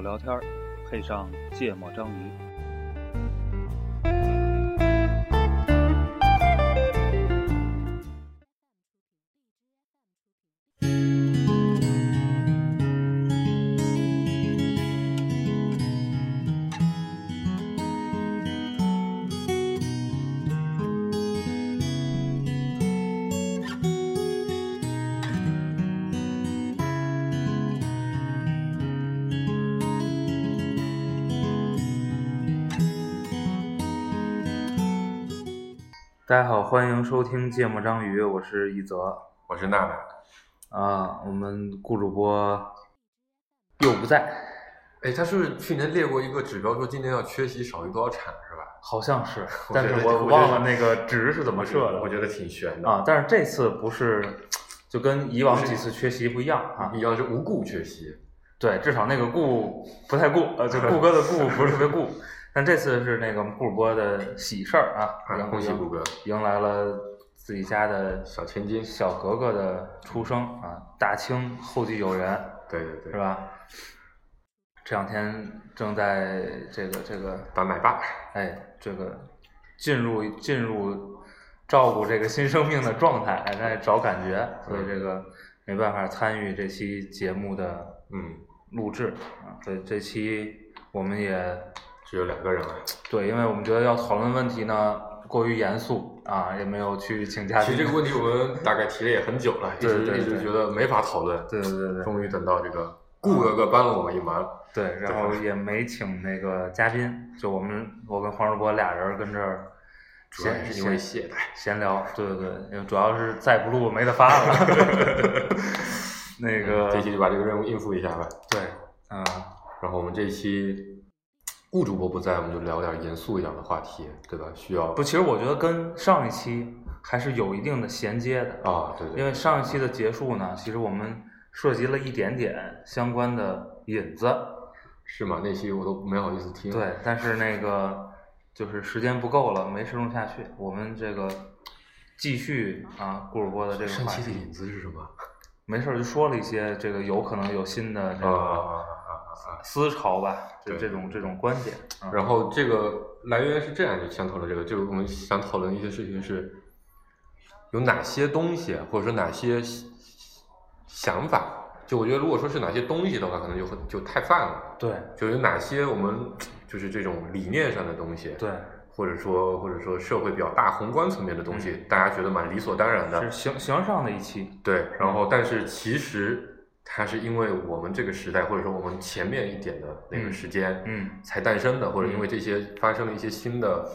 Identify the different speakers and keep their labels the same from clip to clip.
Speaker 1: 聊天，配上芥末章鱼。
Speaker 2: 大家好，欢迎收听《芥末章鱼》，我是一泽
Speaker 3: 我是娜娜。
Speaker 2: 啊。我们顾主播又不在，
Speaker 3: 哎，他是不是去年列过一个指标，说今年要缺席少于多少产，是吧？
Speaker 2: 好像是，
Speaker 3: 我觉
Speaker 2: 但
Speaker 3: 得
Speaker 2: 是
Speaker 3: 我觉
Speaker 2: 我
Speaker 3: 得
Speaker 2: 忘了那个值是怎么
Speaker 3: 我
Speaker 2: 设的。
Speaker 3: 我觉得挺悬的。
Speaker 2: 啊，但是这次不是，就跟以往
Speaker 3: 不是
Speaker 2: 几次缺席不一样啊。
Speaker 3: 一样是无故缺席，
Speaker 2: 嗯对，至少那个顾不太顾，呃，就顾哥的 顾不是特别顾。但这次是那个顾主播的喜事儿啊，
Speaker 3: 啊
Speaker 2: 然后
Speaker 3: 恭喜
Speaker 2: 迎
Speaker 3: 谷歌
Speaker 2: 迎来了自己家的
Speaker 3: 小千金。
Speaker 2: 小格格的出生啊，大清后继有人。
Speaker 3: 对对对，
Speaker 2: 是？吧？这两天正在这个这个，
Speaker 3: 当奶爸，
Speaker 2: 哎，这个进入进入照顾这个新生命的状态，在找感觉，
Speaker 3: 嗯
Speaker 2: 所以这个没办法参与这期节目的
Speaker 3: 嗯，
Speaker 2: 录制啊。所以这期我们也
Speaker 3: 只有两个人了。
Speaker 2: 对，因为我们觉得要讨论问题呢过于严肃啊，也没有去请嘉
Speaker 3: 其
Speaker 2: 宾。
Speaker 3: 实这个问题我们大概提了也很久了，一直
Speaker 2: 对对
Speaker 3: 一直
Speaker 2: 对
Speaker 3: 觉得没法讨论。
Speaker 2: 对对对对
Speaker 3: 终于等到这个顾哥哥帮了我们一忙。
Speaker 2: 对，然后也没请那个嘉宾，就我们我跟黄世博俩人跟这儿
Speaker 3: 主要也
Speaker 2: 闲
Speaker 3: 是因为
Speaker 2: 闲
Speaker 3: 懈怠，
Speaker 2: 闲聊，对对对，因为主要是再不录没得发了。 那个
Speaker 3: 这期就把这个任务应付一下吧。
Speaker 2: 对，嗯、
Speaker 3: 然后我们这一期顾主播不在，我们就聊点严肃一点的话题，对吧？需要
Speaker 2: 不，其实我觉得跟上一期还是有一定的衔接的，
Speaker 3: 啊，对对，
Speaker 2: 因为上一期的结束呢，其实我们涉及了一点点相关的引子，
Speaker 3: 是吗？那期我都没好意思听。
Speaker 2: 对，但是那个就是时间不够了，没深入下去，我们这个继续啊，顾主播的这个
Speaker 3: 上
Speaker 2: 话
Speaker 3: 期的
Speaker 2: 题，
Speaker 3: 引子是什么？
Speaker 2: 没事儿就说了一些这个有可能有新的这
Speaker 3: 啊啊
Speaker 2: 个
Speaker 3: 啊啊啊！
Speaker 2: 思潮吧，就
Speaker 3: 对
Speaker 2: 这种这种观点，啊
Speaker 3: 然后这个来源是这样，就想讨论这个，就是我们想讨论一些事情是，有哪些东西，啊或者说哪些想法。就我觉得，如果说是哪些东西的话，可能就很就太泛了。
Speaker 2: 对
Speaker 3: 就有哪些我们就是这种理念上的东西，
Speaker 2: 对，
Speaker 3: 或者说或者说社会比较大宏观层面的东西，大家觉得蛮理所当然的，
Speaker 2: 嗯是形形而上的一期，
Speaker 3: 对，然后但是其实它是因为我们这个时代，或者说我们前面一点的那个时间，
Speaker 2: 嗯，
Speaker 3: 才诞生的，或者
Speaker 2: 嗯
Speaker 3: 因为这些发生了一些新的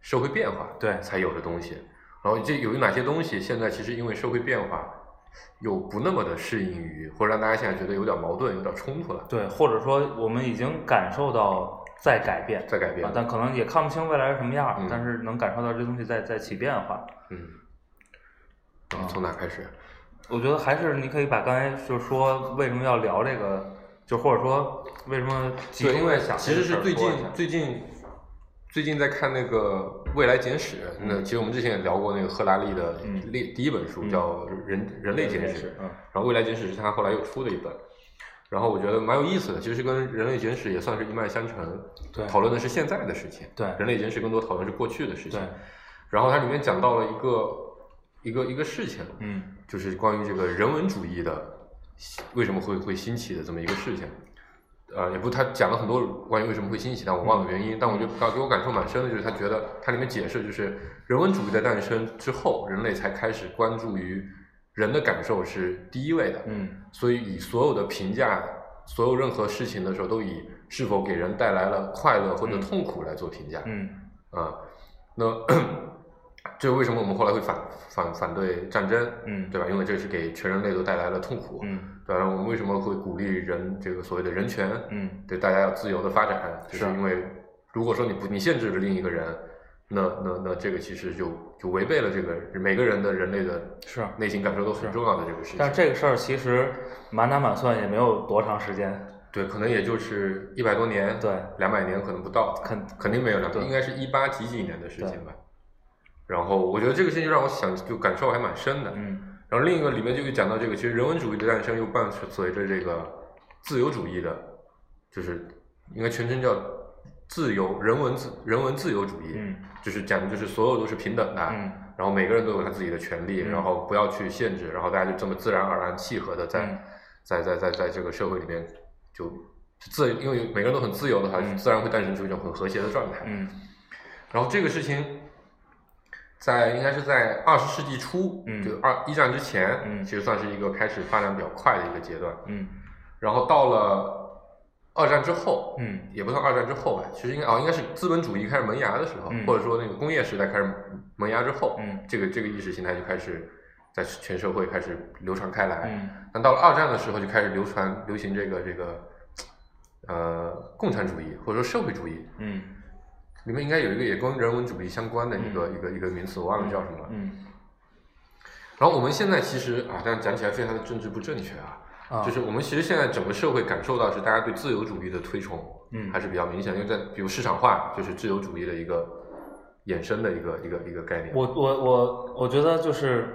Speaker 3: 社会变化，
Speaker 2: 对
Speaker 3: 才有的东西。然后这有哪些东西现在其实因为社会变化又不那么的适应于，或者让大家现在觉得有点矛盾、有点冲突了，
Speaker 2: 对，或者说我们已经感受到在改变，
Speaker 3: 在改变
Speaker 2: 啊，。但可能也看不清未来是什么样儿，
Speaker 3: 嗯
Speaker 2: 但是能感受到这东西在在起变化，
Speaker 3: 嗯，然后从哪开始？
Speaker 2: 我觉得还是你可以把刚才就说为什么要聊这个，就或者说为什么集
Speaker 3: 对，因
Speaker 2: 中
Speaker 3: 为
Speaker 2: 在想
Speaker 3: 其
Speaker 2: 这个事
Speaker 3: 实是
Speaker 2: 儿
Speaker 3: 最
Speaker 2: 说
Speaker 3: 近
Speaker 2: 一下
Speaker 3: 最近最近在看那个《未来简史》，那其实我们之前也聊过那个赫拉利的
Speaker 2: 嗯
Speaker 3: 第第一本书
Speaker 2: 嗯
Speaker 3: 叫《人人类简史》，
Speaker 2: 嗯
Speaker 3: 然后《未来简史》是他后来又出的一本，然后我觉得蛮有意思的，其实跟《人类简史》也算是一脉相承
Speaker 2: 对，
Speaker 3: 讨论的是现在的事情，
Speaker 2: 对
Speaker 3: 《嗯人类简史》更多讨论是过去的事情
Speaker 2: 对，，
Speaker 3: 然后它里面讲到了一个一个一个事情，
Speaker 2: 嗯
Speaker 3: 就是关于这个人文主义的为什么会会兴起的这么一个事情。呃，也不，他讲了很多关于为什么会兴起，但我忘了原因。但我就感给我感受蛮深的，就是他觉得他里面解释，就是人文主义的诞生之后，人类才开始关注于人的感受是第一位的。
Speaker 2: 嗯
Speaker 3: 所以以所有的评价所有任何事情的时候，都以是否给人带来了快乐或者
Speaker 2: 嗯
Speaker 3: 痛苦来做评价。
Speaker 2: 嗯
Speaker 3: 啊、那 这为什么我们后来会反反反对战争？
Speaker 2: 嗯
Speaker 3: 对吧？因为这是给全人类都带来了痛苦。
Speaker 2: 嗯
Speaker 3: 对吧？然后我们为什么会鼓励人这个所谓的人权？
Speaker 2: 嗯，
Speaker 3: 对，大家要自由的发展，就是
Speaker 2: 是啊
Speaker 3: 因为如果说你不你限制了另一个人，那那那这个其实就就违背了这个每个人的人类的
Speaker 2: 是。啊
Speaker 3: 内心感受都很重要的这个事情。
Speaker 2: 但是这个事儿其实满打满算也没有多长时间，
Speaker 3: 对，可能也就是一百多年，
Speaker 2: 对
Speaker 3: 两百年可能不到，
Speaker 2: 肯
Speaker 3: 肯定没有两百，
Speaker 2: 对
Speaker 3: 应该是一八几几年的事
Speaker 2: 对
Speaker 3: 情吧。然后我觉得这个事情让我想，就感受还蛮深的。
Speaker 2: 嗯
Speaker 3: 然后另一个里面就会讲到这个，其实人文主义的诞生又伴随着这个自由主义的，就是应该全称叫自由人文自人文自由主义，
Speaker 2: 嗯
Speaker 3: 就是讲的就是所有都是平等的，
Speaker 2: 嗯
Speaker 3: 然后每个人都有他自己的权利，
Speaker 2: 嗯
Speaker 3: 然后不要去限制，然后大家就这么自然而然契合的在、
Speaker 2: 嗯
Speaker 3: 在在在在这个社会里面就自，因为每个人都很自由的话，
Speaker 2: 嗯
Speaker 3: 自然会诞生出一种很和谐的状态。
Speaker 2: 嗯
Speaker 3: 然后这个事情在应该是在二十世纪初，
Speaker 2: 嗯
Speaker 3: 就二一战之前，
Speaker 2: 嗯
Speaker 3: 其实算是一个开始发展比较快的一个阶段。
Speaker 2: 嗯
Speaker 3: 然后到了二战之后，
Speaker 2: 嗯
Speaker 3: 也不算二战之后吧，其实应该哦，应该是资本主义开始萌芽的时候，
Speaker 2: 嗯
Speaker 3: 或者说那个工业时代开始萌芽之后，
Speaker 2: 嗯
Speaker 3: 这个这个意识形态就开始在全社会开始流传开来。
Speaker 2: 嗯
Speaker 3: 但到了二战的时候，就开始流传流行这个这个呃共产主义或者说社会主义，
Speaker 2: 嗯
Speaker 3: 里面应该有一个也跟人文主义相关的一个、
Speaker 2: 嗯
Speaker 3: 一个一个名词，我忘了叫什么了。
Speaker 2: 嗯，
Speaker 3: 然后我们现在其实啊，但讲起来非常的政治不正确啊，
Speaker 2: 啊
Speaker 3: 就是我们其实现在整个社会感受到是大家对自由主义的推崇，
Speaker 2: 嗯
Speaker 3: 还是比较明显，因为在比如市场化就是自由主义的一个衍生的一个一个一个概念。
Speaker 2: 我我我我觉得就是，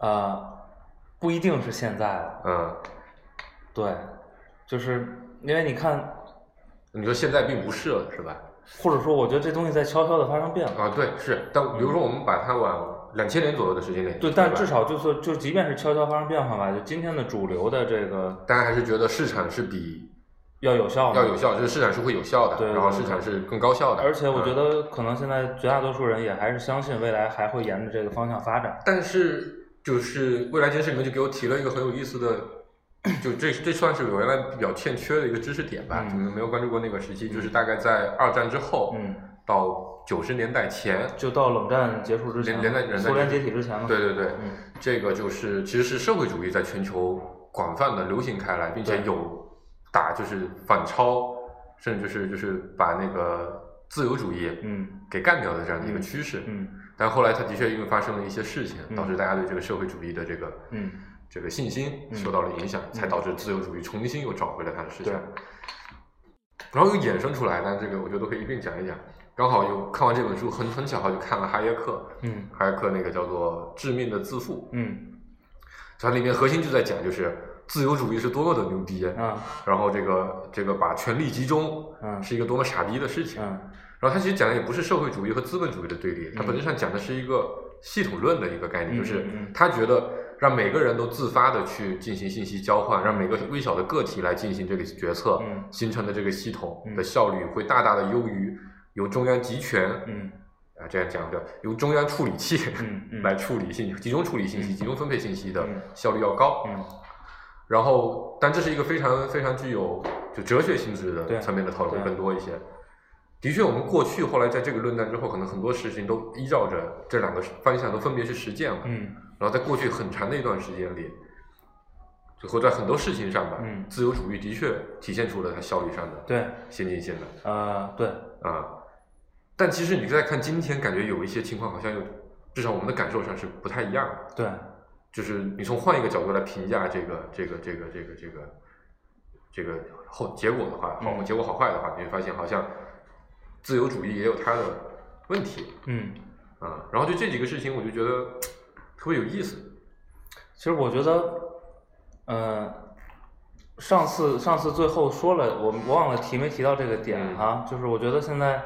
Speaker 2: 呃，不一定是现在了，
Speaker 3: 嗯，
Speaker 2: 对，就是因为你看，
Speaker 3: 你说现在并不是了，是吧？
Speaker 2: 或者说我觉得这东西在悄悄的发生变化，
Speaker 3: 啊，对，是。但比如说我们把它往两千年左右的时间点，
Speaker 2: 对，
Speaker 3: 吧
Speaker 2: 但至少就是就即便是悄悄发生变化吧，就今天的主流的这个
Speaker 3: 大家还是觉得市场是比
Speaker 2: 要有效的，
Speaker 3: 要有效，就是市场是会有效的，
Speaker 2: 对对
Speaker 3: 然后
Speaker 2: 对
Speaker 3: 市场是更高效的。
Speaker 2: 而且我觉
Speaker 3: 嗯
Speaker 2: 得，可能现在绝大多数人也还是相信未来还会沿着这个方向发展。
Speaker 3: 但是就是未来这件事里面就给我提了一个很有意思的，就这这算是我原来比较欠缺的一个知识点吧，
Speaker 2: 嗯
Speaker 3: 可能没有关注过那个时期，就是大概在二战之后，
Speaker 2: 嗯，
Speaker 3: 到九十年代前，
Speaker 2: 就到冷战结束之前，
Speaker 3: 连连在连在
Speaker 2: 苏联解体之前嘛。
Speaker 3: 对对对，
Speaker 2: 嗯
Speaker 3: 这个就是其实是社会主义在全球广泛的流行开来，并且
Speaker 2: 对
Speaker 3: 有打就是反超，甚至就是就是把那个自由主义
Speaker 2: 嗯
Speaker 3: 给干掉的这样的一个趋势，
Speaker 2: 嗯
Speaker 3: 但后来它的确因为发生了一些事情，
Speaker 2: 嗯
Speaker 3: 导致大家对这个社会主义的这个
Speaker 2: 嗯
Speaker 3: 这个信心
Speaker 2: 嗯
Speaker 3: 受到了影响，才
Speaker 2: 嗯
Speaker 3: 导致自由主义重新又找回了它的市场
Speaker 2: 对。
Speaker 3: 然后又衍生出来呢，这个我觉得都可以一并讲一讲。刚好又看完这本书，很很巧合就看了哈耶克，
Speaker 2: 嗯
Speaker 3: 哈耶克那个叫做《致命的自负》，
Speaker 2: 嗯
Speaker 3: 它里面核心就在讲就是自由主义是多么的牛逼，
Speaker 2: 啊
Speaker 3: 然后这个这个把权力集中
Speaker 2: 嗯
Speaker 3: 是一个多么傻逼的事情。
Speaker 2: 嗯
Speaker 3: 然后它其实讲的也不是社会主义和资本主义的对立，它本质上讲的是一个系统论的一个概
Speaker 2: 嗯
Speaker 3: 念，就是
Speaker 2: 嗯嗯
Speaker 3: 他觉得让每个人都自发的去进行信息交换，让每个微小的个体来进行这个决策，
Speaker 2: 嗯
Speaker 3: 形成的这个系统
Speaker 2: 嗯
Speaker 3: 的效率会大大的优于由中央集权
Speaker 2: 嗯
Speaker 3: 啊这样讲的，由中央处理器
Speaker 2: 嗯嗯
Speaker 3: 来处理信息，集中处理信息、
Speaker 2: 嗯
Speaker 3: 集中分配信息的
Speaker 2: 嗯
Speaker 3: 效率要高。
Speaker 2: 嗯
Speaker 3: 然后，但这是一个非常非常具有就哲学性质
Speaker 2: 对
Speaker 3: 的层面的讨论
Speaker 2: 对
Speaker 3: 会更多一些。的确，我们过去后来在这个论断之后，可能很多事情都依照着这两个方向都分别去实践了。
Speaker 2: 嗯
Speaker 3: 然后在过去很长的一段时间里，就或在很多事情上吧，
Speaker 2: 嗯
Speaker 3: 自由主义的确体现出了它效率上的
Speaker 2: 对
Speaker 3: 先进性的
Speaker 2: 呃对
Speaker 3: 啊、但其实你再看今天，感觉有一些情况好像又至少我们的感受上是不太一样的。
Speaker 2: 对
Speaker 3: 就是你从换一个角度来评价这个这个这个这个这个这个后结果的话，好、
Speaker 2: 嗯
Speaker 3: 结果好坏的话，你会发现好像自由主义也有它的问题
Speaker 2: 嗯。
Speaker 3: 啊、然后就这几个事情，我就觉得特别有意思。
Speaker 2: 其实我觉得，呃，上次上次最后说了，我我忘了提没提到这个点哈、就是我觉得现在，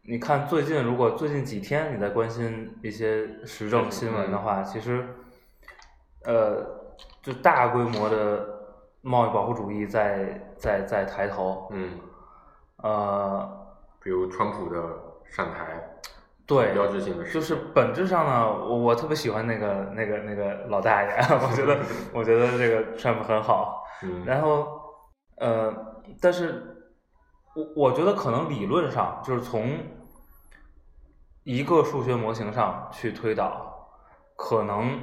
Speaker 2: 你看最近如果最近几天你在关心一些时政新闻的话，其实，呃，就大规模的贸易保护主义在在在抬头，
Speaker 3: 嗯，
Speaker 2: 呃，
Speaker 3: 比如川普的上台，
Speaker 2: 对，
Speaker 3: 标志性的事
Speaker 2: 就是本质上呢，我我特别喜欢那个那个那个老大爷，啊我觉 得我觉得这个川普很好。
Speaker 3: 嗯
Speaker 2: 然后呃，但是我我觉得可能理论上就是从一个数学模型上去推导，可能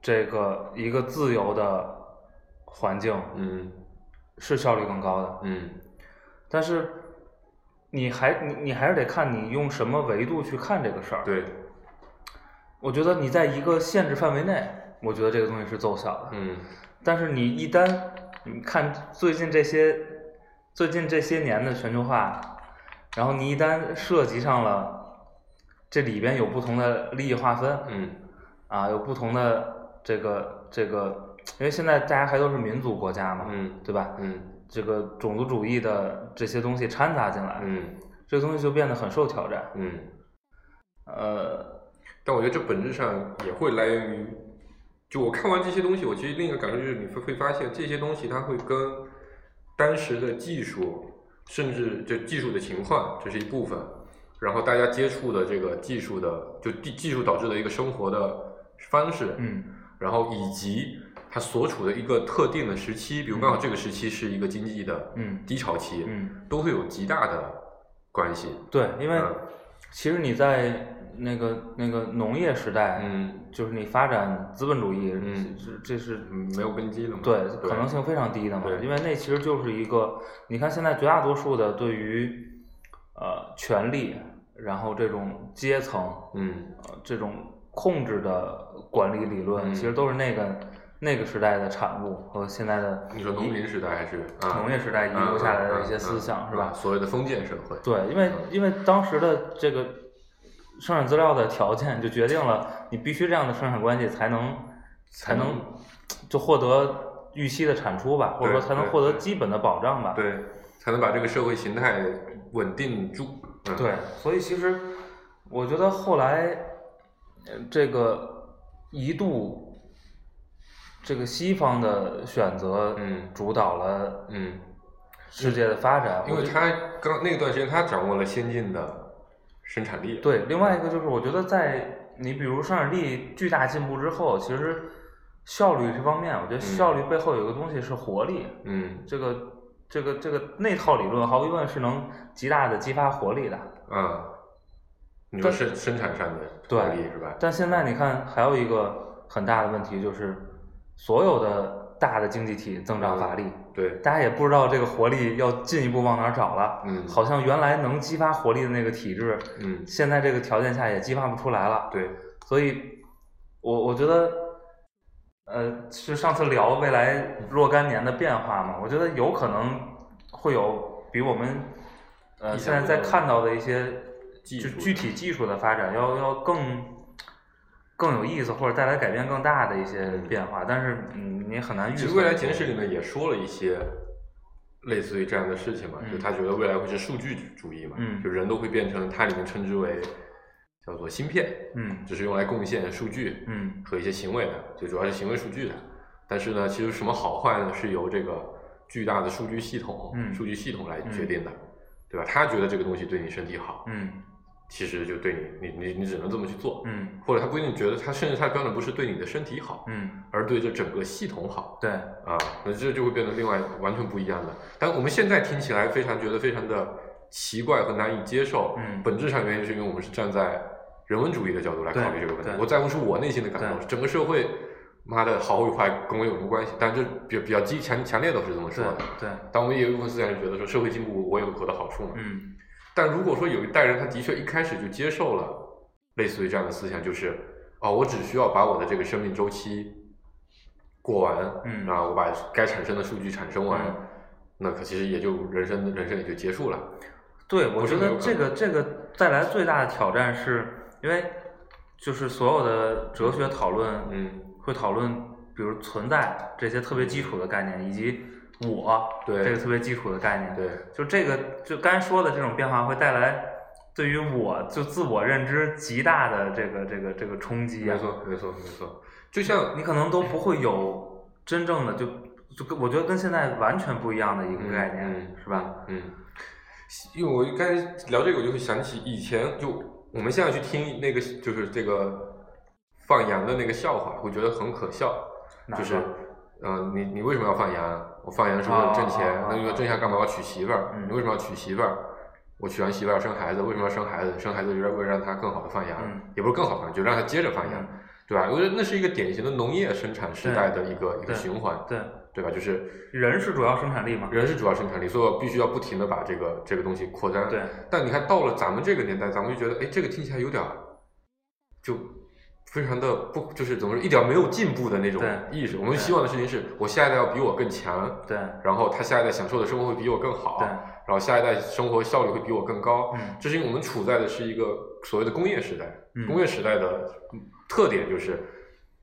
Speaker 2: 这个一个自由的环境
Speaker 3: 嗯
Speaker 2: 是效率更高的。
Speaker 3: 嗯
Speaker 2: 但是你还你你还是得看你用什么维度去看这个事儿。，
Speaker 3: 对，
Speaker 2: 我觉得你在一个限制范围内，我觉得这个东西是奏效的。
Speaker 3: 嗯
Speaker 2: 但是你一旦你看最近这些最近这些年的全球化，然后你一旦涉及上了这里边有不同的利益划分，
Speaker 3: 嗯
Speaker 2: 啊，有不同的这个这个，因为现在大家还都是民族国家嘛，
Speaker 3: 嗯
Speaker 2: 对吧？
Speaker 3: 嗯
Speaker 2: 这个种族主义的这些东西掺杂进来，
Speaker 3: 嗯
Speaker 2: 这个东西就变得很受挑战。
Speaker 3: 嗯，
Speaker 2: 呃，
Speaker 3: 但我觉得这本质上也会来源于，就我看完这些东西，我其实另一个感受就是，你会会发现这些东西它会跟当时的技术，甚至就技术的情况，这是一部分。然后大家接触的这个技术的，就技技术导致的一个生活的方式，
Speaker 2: 嗯
Speaker 3: 然后以及它所处的一个特定的时期，比如刚好这个时期是一个经济的
Speaker 2: 嗯
Speaker 3: 低潮期，
Speaker 2: 嗯，
Speaker 3: 都会有极大的关系。
Speaker 2: 对，因为
Speaker 3: 嗯
Speaker 2: 其实你在那个那个农业时代，
Speaker 3: 嗯，
Speaker 2: 就是你发展资本主义，
Speaker 3: 嗯
Speaker 2: 这这是
Speaker 3: 嗯没有根基了嘛？
Speaker 2: 对，可能性非常低的嘛，
Speaker 3: 对
Speaker 2: 因为那其实就是一个，你看现在绝大多数的对于，呃，权力，然后这种阶层，
Speaker 3: 嗯
Speaker 2: 呃，这种控制的管理理论，
Speaker 3: 嗯
Speaker 2: 其实都是那个那个时代的产物和现在的，
Speaker 3: 你说农民时代还是啊
Speaker 2: 农业时代遗留下来的一些思想是吧
Speaker 3: 所谓的封建社会。
Speaker 2: 对，因为因为当时的这个生产资料的条件就决定了你必须这样的生产关系才能才
Speaker 3: 才能
Speaker 2: 能就获得预期的产出吧，或者说
Speaker 3: 对
Speaker 2: 才能
Speaker 3: 对
Speaker 2: 获得
Speaker 3: 对
Speaker 2: 基本的保障吧。
Speaker 3: 对，才能把这个社会形态稳定住。嗯、
Speaker 2: 对，所以其实我觉得后来，呃，这个一度，这个西方的选择，
Speaker 3: 嗯
Speaker 2: 主导了
Speaker 3: 嗯，
Speaker 2: 世界的发展。
Speaker 3: 因
Speaker 2: 我
Speaker 3: 为
Speaker 2: 觉
Speaker 3: 他刚那段时间他掌握了先进的生产力。
Speaker 2: 对，另外一个就是我觉得在你比如生产力巨大进步之后，其实效率这方面，我觉得效率背后有一个东西是活力，
Speaker 3: 嗯
Speaker 2: 这个。这个这个那套理论毫无疑问是能极大的激发活力的，
Speaker 3: 啊，你说生生产上的
Speaker 2: 对
Speaker 3: 活力是吧？
Speaker 2: 但现在你看，还有一个很大的问题就是，所有的大的经济体增长乏力，
Speaker 3: 对，
Speaker 2: 大家也不知道这个活力要进一步往哪儿找了。
Speaker 3: 嗯
Speaker 2: 好像原来能激发活力的那个体制，
Speaker 3: 嗯，
Speaker 2: 现在这个条件下也激发不出来了。
Speaker 3: 对，
Speaker 2: 所以我，我觉得，呃，是上次聊未来若干年的变化嘛，我觉得有可能会有比我们呃
Speaker 3: 意
Speaker 2: 现
Speaker 3: 想
Speaker 2: 在在
Speaker 3: 不到的
Speaker 2: 看到的一些
Speaker 3: 技
Speaker 2: 就
Speaker 3: 术
Speaker 2: 具
Speaker 3: 的
Speaker 2: 体技术的发展要要更更有意思，或者带来改变更大的一些变化，但是嗯，你也很难预
Speaker 3: 其
Speaker 2: 测。
Speaker 3: 实未来简史里面也说了一些类似于这样的事情嘛，
Speaker 2: 嗯
Speaker 3: 就他觉得未来会是数据主义嘛，
Speaker 2: 嗯
Speaker 3: 就人都会变成它里面称之为叫做芯片，
Speaker 2: 嗯
Speaker 3: 只是用来贡献数据
Speaker 2: 嗯
Speaker 3: 和一些行为的，最主要是行为数据的。但是呢，其实什么好坏呢，是由这个巨大的数据系统、
Speaker 2: 嗯
Speaker 3: 数据系统来决定的，对吧？他觉得这个东西对你身体好，
Speaker 2: 嗯
Speaker 3: 其实就对你，你你你只能这么去做，
Speaker 2: 嗯
Speaker 3: 或者他不一定觉得他，甚至他的标准不是对你的身体好，
Speaker 2: 嗯，
Speaker 3: 而对这整个系统好。
Speaker 2: 对，
Speaker 3: 啊，那这就会变得另外完全不一样的。但我们现在听起来非常觉得非常的奇怪和难以接受，
Speaker 2: 嗯
Speaker 3: 本质上原因是因为我们是站在人文主义的角度来
Speaker 2: 对
Speaker 3: 考虑这个问题
Speaker 2: 对，
Speaker 3: 我在乎是我内心的感受，
Speaker 2: 对
Speaker 3: 整个社会，妈的好与坏跟我有什么关系？但这比比较激强强烈的是这么
Speaker 2: 对
Speaker 3: 说的。
Speaker 2: 对，
Speaker 3: 但我们也有一部分思想是觉得说社会进步我有我的好处嘛，
Speaker 2: 嗯
Speaker 3: 但如果说有一代人，他的确一开始就接受了类似于这样的思想，就是哦，我只需要把我的这个生命周期过完，
Speaker 2: 嗯
Speaker 3: 然后我把该产生的数据产生完，
Speaker 2: 嗯
Speaker 3: 那可其实也就人生人生也就结束了。
Speaker 2: 对，我
Speaker 3: 不是
Speaker 2: 觉
Speaker 3: 没
Speaker 2: 得
Speaker 3: 有可
Speaker 2: 这个这个带来最大的挑战是因为就是所有的哲学讨论，
Speaker 3: 嗯，
Speaker 2: 会讨论比如存在这些特别基础的概念，以及我
Speaker 3: 对
Speaker 2: 这个特别基础的概念，
Speaker 3: 嗯对，
Speaker 2: 就这个，就刚才说的这种变化会带来对于我就自我认知极大的这个这个这个冲击、啊。
Speaker 3: 没，错，没错，没错。就像
Speaker 2: 你可能都不会有真正的就就跟我觉得跟现在完全不一样的一个概念，
Speaker 3: 嗯
Speaker 2: 是吧？
Speaker 3: 嗯，因为我一开始聊这个，我就会想起以前就我们现在去听那个就是这个放羊的那个笑话，会觉得很可笑，
Speaker 2: 哪
Speaker 3: 就是
Speaker 2: 个
Speaker 3: 呃，你你为什么要放羊啊？我放羊是为了挣钱，
Speaker 2: 啊啊啊
Speaker 3: 那你说挣钱干嘛？我要娶媳妇儿，
Speaker 2: 嗯
Speaker 3: 你为什么要娶媳妇儿？我娶完媳妇儿要生孩子，为什么要生孩子？生孩子就是为了让他更好的放羊，
Speaker 2: 嗯
Speaker 3: 也不是更好放羊，就让他接着放羊，
Speaker 2: 嗯
Speaker 3: 对吧？我觉得那是一个典型的农业生产时代的一个一
Speaker 2: 对
Speaker 3: 个循环，
Speaker 2: 对，
Speaker 3: 对吧？就是
Speaker 2: 人是主要生产力嘛？
Speaker 3: 人是主要生产力，所以我必须要不停的把这个这个东西扩张。
Speaker 2: 对。
Speaker 3: 但你看到了咱们这个年代，咱们就觉得，哎，这个听起来有点儿就非常的不，就是怎么说，一点儿没有进步的那种
Speaker 2: 对
Speaker 3: 意识。我们
Speaker 2: 对
Speaker 3: 希望的事情是我下一代要比我更强，
Speaker 2: 对
Speaker 3: 然后他下一代享受的生活会比我更好，
Speaker 2: 对，
Speaker 3: 然后下一代生活效率会比我更高。
Speaker 2: 嗯
Speaker 3: 这是因为我们处在的是一个所谓的工业时代，
Speaker 2: 嗯
Speaker 3: 工业时代的特点就是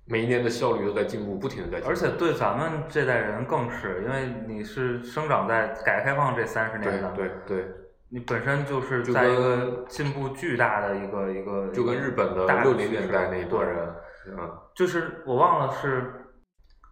Speaker 3: 每一年的效率都在进步，不停的在进步。
Speaker 2: 而且对咱们这代人更是，因为你是生长在改革开放这三十年的，
Speaker 3: 对对
Speaker 2: 你本身就是
Speaker 3: 就
Speaker 2: 在一
Speaker 3: 跟
Speaker 2: 个进步巨大的一个一个，
Speaker 3: 对，就跟日本的
Speaker 2: 大
Speaker 3: 六
Speaker 2: 趋
Speaker 3: 零年
Speaker 2: 势
Speaker 3: 代那一波
Speaker 2: 对
Speaker 3: 人，嗯，
Speaker 2: 就是我忘了是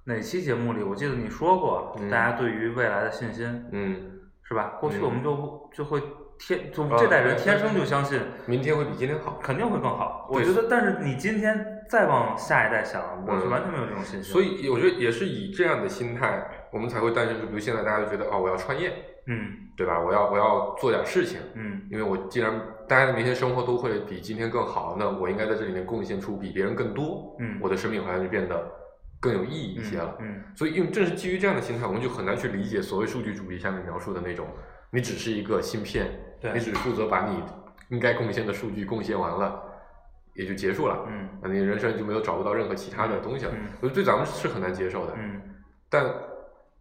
Speaker 2: 哪期节目里，我记得你说过，
Speaker 3: 嗯
Speaker 2: 大家对于未来的信心，
Speaker 3: 嗯，
Speaker 2: 是吧？过去
Speaker 3: 嗯
Speaker 2: 我们就就会天，就
Speaker 3: 啊
Speaker 2: 这代人
Speaker 3: 对
Speaker 2: 天生就相信，
Speaker 3: 明天会比今天好。
Speaker 2: 肯定会更好。我
Speaker 3: 对
Speaker 2: 觉得，但是你今天再往下一代想，我是
Speaker 3: 嗯
Speaker 2: 完全没有这种信心。
Speaker 3: 所，以我觉得也是以这样的心态，我们才会诞生出，比如现在大家就觉得哦，我要创业，
Speaker 2: 嗯
Speaker 3: 对吧？我要我要做点事情，
Speaker 2: 嗯
Speaker 3: 因为我既然大家的明天生活都会比今天更好，那我应该在这里面贡献出比别人更多，
Speaker 2: 嗯，
Speaker 3: 我的生命好像就变得更有意义一些了。
Speaker 2: 嗯
Speaker 3: 所以，因为正是基于这样的心态，我们就很难去理解所谓数据主义下面描述的那种，你只是一个芯片，
Speaker 2: 嗯对
Speaker 3: 你只负责把你应该贡献的数据贡献完了，也就结束了，
Speaker 2: 嗯
Speaker 3: 那你人生就没有找不到任何其他的东西了。
Speaker 2: 嗯
Speaker 3: 所以对咱们是很难接受的。
Speaker 2: 嗯
Speaker 3: 但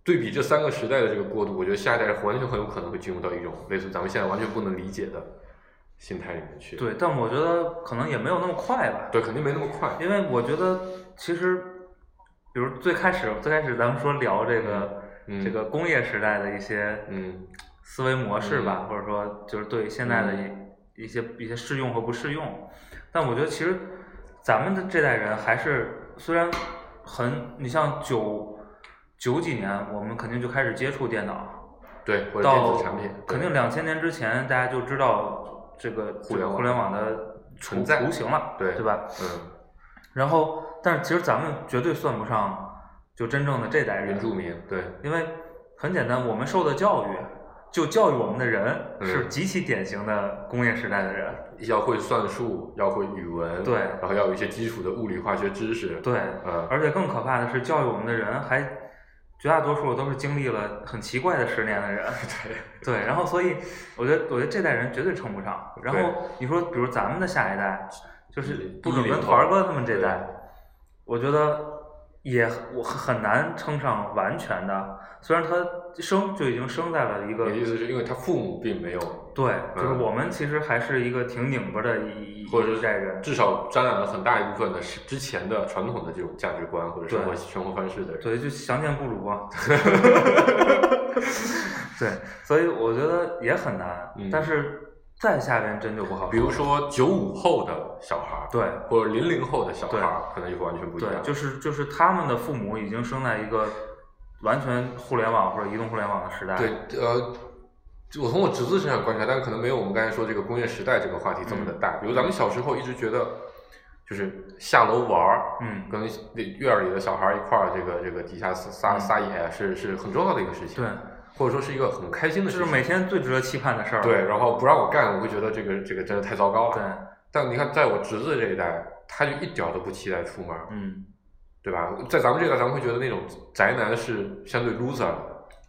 Speaker 3: 对比这三个时代的这个过渡，我觉得下一代人完全很有可能会进入到一种类似咱们现在完全不能理解的心态里面去。
Speaker 2: 嗯，对，但我觉得可能也没有那么快吧。
Speaker 3: 对，肯定没那么快。
Speaker 2: 因为我觉得其实，比如最开始最开始咱们说聊这个、
Speaker 3: 嗯
Speaker 2: 这个工业时代的一些
Speaker 3: 嗯
Speaker 2: 思维模式吧，
Speaker 3: 嗯
Speaker 2: 或者说就是对现在的一、一些一些适用和不适用，但我觉得其实咱们的这代人还是虽然很你像九九几年我们肯定就开始接触电脑，
Speaker 3: 对，或者
Speaker 2: 到
Speaker 3: 电子产品，
Speaker 2: 肯定
Speaker 3: 对
Speaker 2: 两千年之前大家就知道这个
Speaker 3: 互联网
Speaker 2: 互联网的
Speaker 3: 存在
Speaker 2: 雏形了，
Speaker 3: 对
Speaker 2: 对吧？
Speaker 3: 嗯，
Speaker 2: 然后，但是其实咱们绝对算不上就真正的这代人
Speaker 3: 原，住民，对，
Speaker 2: 因为很简单，我们受的教育，就教育我们的人
Speaker 3: 嗯
Speaker 2: 是极其典型的工业时代的人，
Speaker 3: 要会算术，要会语文，
Speaker 2: 对
Speaker 3: 然后要有一些基础的物理化学知识，，
Speaker 2: 对，
Speaker 3: 嗯，
Speaker 2: 而且更可怕的是，教育我们的人还绝大多数都是经历了很奇怪的十年的人，对，然后所以我觉得，我觉得这代人绝对称不上。然
Speaker 3: 对
Speaker 2: 后你说，比如咱们的下一代，就是
Speaker 3: 嗯
Speaker 2: 不准
Speaker 3: 一零
Speaker 2: 跟
Speaker 3: 后
Speaker 2: 团儿哥他们这
Speaker 3: 对
Speaker 2: 代，我觉得也我很难称上完全的。虽然他生就已经生在了一
Speaker 3: 你
Speaker 2: 个
Speaker 3: 的意思是因为他父母并没有，
Speaker 2: 对，就是
Speaker 3: 嗯
Speaker 2: 我们其实还是一个挺拧巴的一一
Speaker 3: 或者
Speaker 2: 一代人
Speaker 3: 是。至少沾染了很大一部分的是之前的传统的这种价值观或者生活
Speaker 2: 对
Speaker 3: 生活方式的人，
Speaker 2: 对，就详见不如嘛。 对，所以我觉得也很难，
Speaker 3: 嗯
Speaker 2: 但是再下边真就不好
Speaker 3: 比如说九五后的小孩儿，
Speaker 2: 对，
Speaker 3: 或者零零后的小孩
Speaker 2: 对
Speaker 3: 儿，可能就会完全不一
Speaker 2: 对，
Speaker 3: 样。
Speaker 2: 就是就是他们的父母已经生在一个完全互联网或者移动互联网的时代。
Speaker 3: 对，呃，就我从我侄子身上观察，但可能没有我们刚才说这个工业时代这个话题这么的大。比如咱们小时候一直觉得，就是下楼玩儿，
Speaker 2: 嗯，
Speaker 3: 跟那院儿里的小孩儿一块儿，这个这个底下撒撒
Speaker 2: 嗯
Speaker 3: 撒野是是很重要的一个事情，
Speaker 2: 对，，
Speaker 3: 或者说是一个很开心
Speaker 2: 这
Speaker 3: 的事
Speaker 2: 是
Speaker 3: 情。
Speaker 2: 每天最值得期盼的事儿。
Speaker 3: 对，然后不让我干，我会觉得这个这个真的太糟糕了。
Speaker 2: 对，
Speaker 3: 但你看，在我侄子这一代，他就一点儿都不期待出门儿，
Speaker 2: 嗯，
Speaker 3: 对吧？在咱们这个，咱们会觉得那种宅男是相对 loser 的，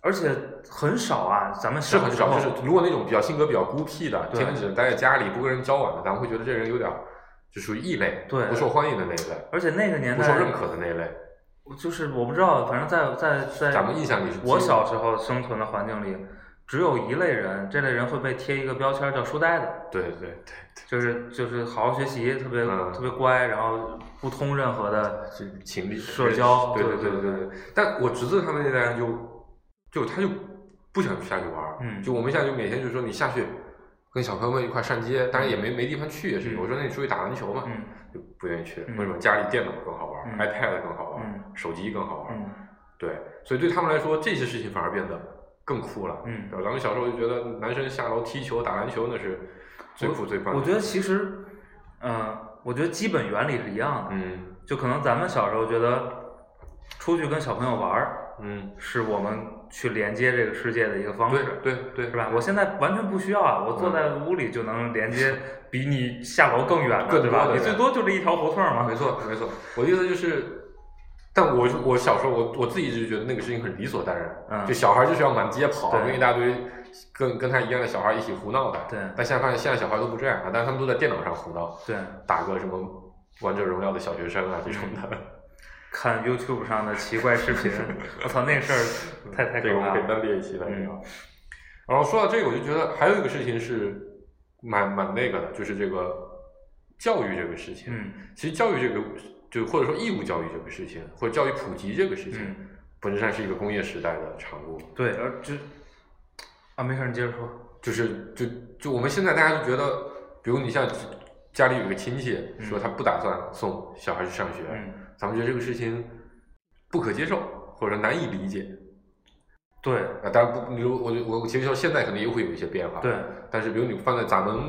Speaker 2: 而且很少啊，咱们
Speaker 3: 是
Speaker 2: 小
Speaker 3: 很
Speaker 2: 时
Speaker 3: 少。
Speaker 2: 候
Speaker 3: 就是如果那种比较性格比较孤僻的，
Speaker 2: 对
Speaker 3: 天天只能待在家里，不跟人交往的，咱们会觉得这人有点儿就属于异类，
Speaker 2: 对
Speaker 3: 不受欢迎的那一类，
Speaker 2: 而且那个年
Speaker 3: 不
Speaker 2: 代
Speaker 3: 受认可的那一类。
Speaker 2: 就是我不知道，反正在在在
Speaker 3: 咱们印象里是
Speaker 2: 我小时候生存的环境里，只有一类人，这类人会被贴一个标签儿叫书呆子，
Speaker 3: 对对对对，
Speaker 2: 就是就是好好学习，特别、
Speaker 3: 嗯
Speaker 2: 特别乖，然后不通任何的，
Speaker 3: 是情侣
Speaker 2: 社交
Speaker 3: 对
Speaker 2: 对
Speaker 3: 对
Speaker 2: 对
Speaker 3: 对
Speaker 2: 对
Speaker 3: 对对。但我侄子他们那代人就就他就不想下去玩儿，
Speaker 2: 嗯
Speaker 3: 就我们现在就每天就说你下去跟小朋友们一块儿上街，当然也没没地方去也是。
Speaker 2: 嗯
Speaker 3: 我说那你出去打篮球嘛，
Speaker 2: 嗯
Speaker 3: 就不愿意去。
Speaker 2: 嗯
Speaker 3: 为什么？家里电脑更好玩、
Speaker 2: 嗯
Speaker 3: i p a d 更好玩、
Speaker 2: 嗯
Speaker 3: 手机更好玩、
Speaker 2: 嗯
Speaker 3: 对，所以对他们来说，这些事情反而变得更酷了。
Speaker 2: 嗯
Speaker 3: 对吧咱们小时候就觉得男生下楼踢球、打篮球那是最酷最棒的。
Speaker 2: 我觉得其实，嗯、我觉得基本原理是一样的，
Speaker 3: 嗯
Speaker 2: 就可能咱们小时候觉得出去跟小朋友玩儿
Speaker 3: 嗯，
Speaker 2: 是我们去连接这个世界的一个方
Speaker 3: 对
Speaker 2: 式，
Speaker 3: 对对，
Speaker 2: 是吧？我现在完全不需要啊，我坐在屋里就能连 接比你下楼更远的，
Speaker 3: 更
Speaker 2: 对
Speaker 3: 多
Speaker 2: 吧？
Speaker 3: 的
Speaker 2: 你最
Speaker 3: 人
Speaker 2: 多就这一条胡同儿嘛
Speaker 3: 没。错，没错。我的意思就是，但我我小时候我我自己一直觉得那个事情很理所当然，
Speaker 2: 嗯
Speaker 3: 就小孩就是要满街跑，
Speaker 2: 对
Speaker 3: 跟一大堆跟跟他一样的小孩一起胡闹的。
Speaker 2: 对
Speaker 3: 但现在发现现在小孩都不这样啊了，但是他们都在电脑上胡闹，
Speaker 2: 对，
Speaker 3: 打个什么王者荣耀的小学生啊这种的。
Speaker 2: 看 YouTube 上的奇怪视 频，我操，那事儿太太
Speaker 3: 这
Speaker 2: 可
Speaker 3: 个我们
Speaker 2: 怕
Speaker 3: 可以
Speaker 2: 了。
Speaker 3: 单列一期来聊。
Speaker 2: 嗯
Speaker 3: 然后说到这个，我就觉得还有一个事情是蛮蛮那个的，就是这个教育这个事情。
Speaker 2: 嗯
Speaker 3: 其实教育这个就或者说义务教育这个事情，或者教育普及这个事情，
Speaker 2: 嗯
Speaker 3: 本质上是一个工业时代的产物。
Speaker 2: 对，而就啊，没事儿，你接着说。
Speaker 3: 就是就就我们现在大家都觉得，比如你像家里有个亲戚
Speaker 2: 嗯
Speaker 3: 说他不打算送小孩去上学，
Speaker 2: 嗯，
Speaker 3: 咱们觉得这个事情不可接受或者难以理解。
Speaker 2: 对
Speaker 3: 啊，当然不，你如我就我其实说现在可能也会有一些变化，
Speaker 2: 对。。
Speaker 3: 但是比如你放在咱们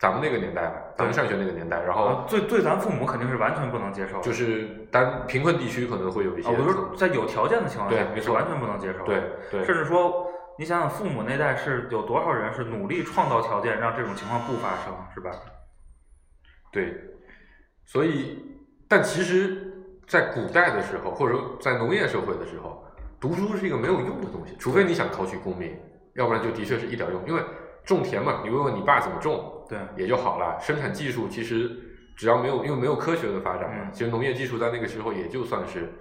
Speaker 3: 咱们那个年代吧，咱
Speaker 2: 对
Speaker 3: 们上学那个年代，然后
Speaker 2: 啊，对对，咱父母肯定是完全不能接受的。
Speaker 3: 哦就是当然贫困地区可能会有一
Speaker 2: 啊，我
Speaker 3: 些可
Speaker 2: 就
Speaker 3: 能，
Speaker 2: 说在有条件的情况
Speaker 3: 对
Speaker 2: 下，
Speaker 3: 没
Speaker 2: 是
Speaker 3: 错
Speaker 2: 完全不能接受的。
Speaker 3: 对对
Speaker 2: 甚至说，你想想父母那代是有多少人是努力创造条件让这种情况不发生，是吧？
Speaker 3: 对，所以，但其实，在古代的时候，或者说在农业社会的时候，读书是一个没有用的东西，除非你想考取功名，要不然就的确是一点用。因为种田嘛，你问问你爸怎么种
Speaker 2: 对，
Speaker 3: 也就好了。生产技术其实只要没有，因为没有科学的发展嘛，
Speaker 2: 嗯
Speaker 3: 其实农业技术在那个时候也就算是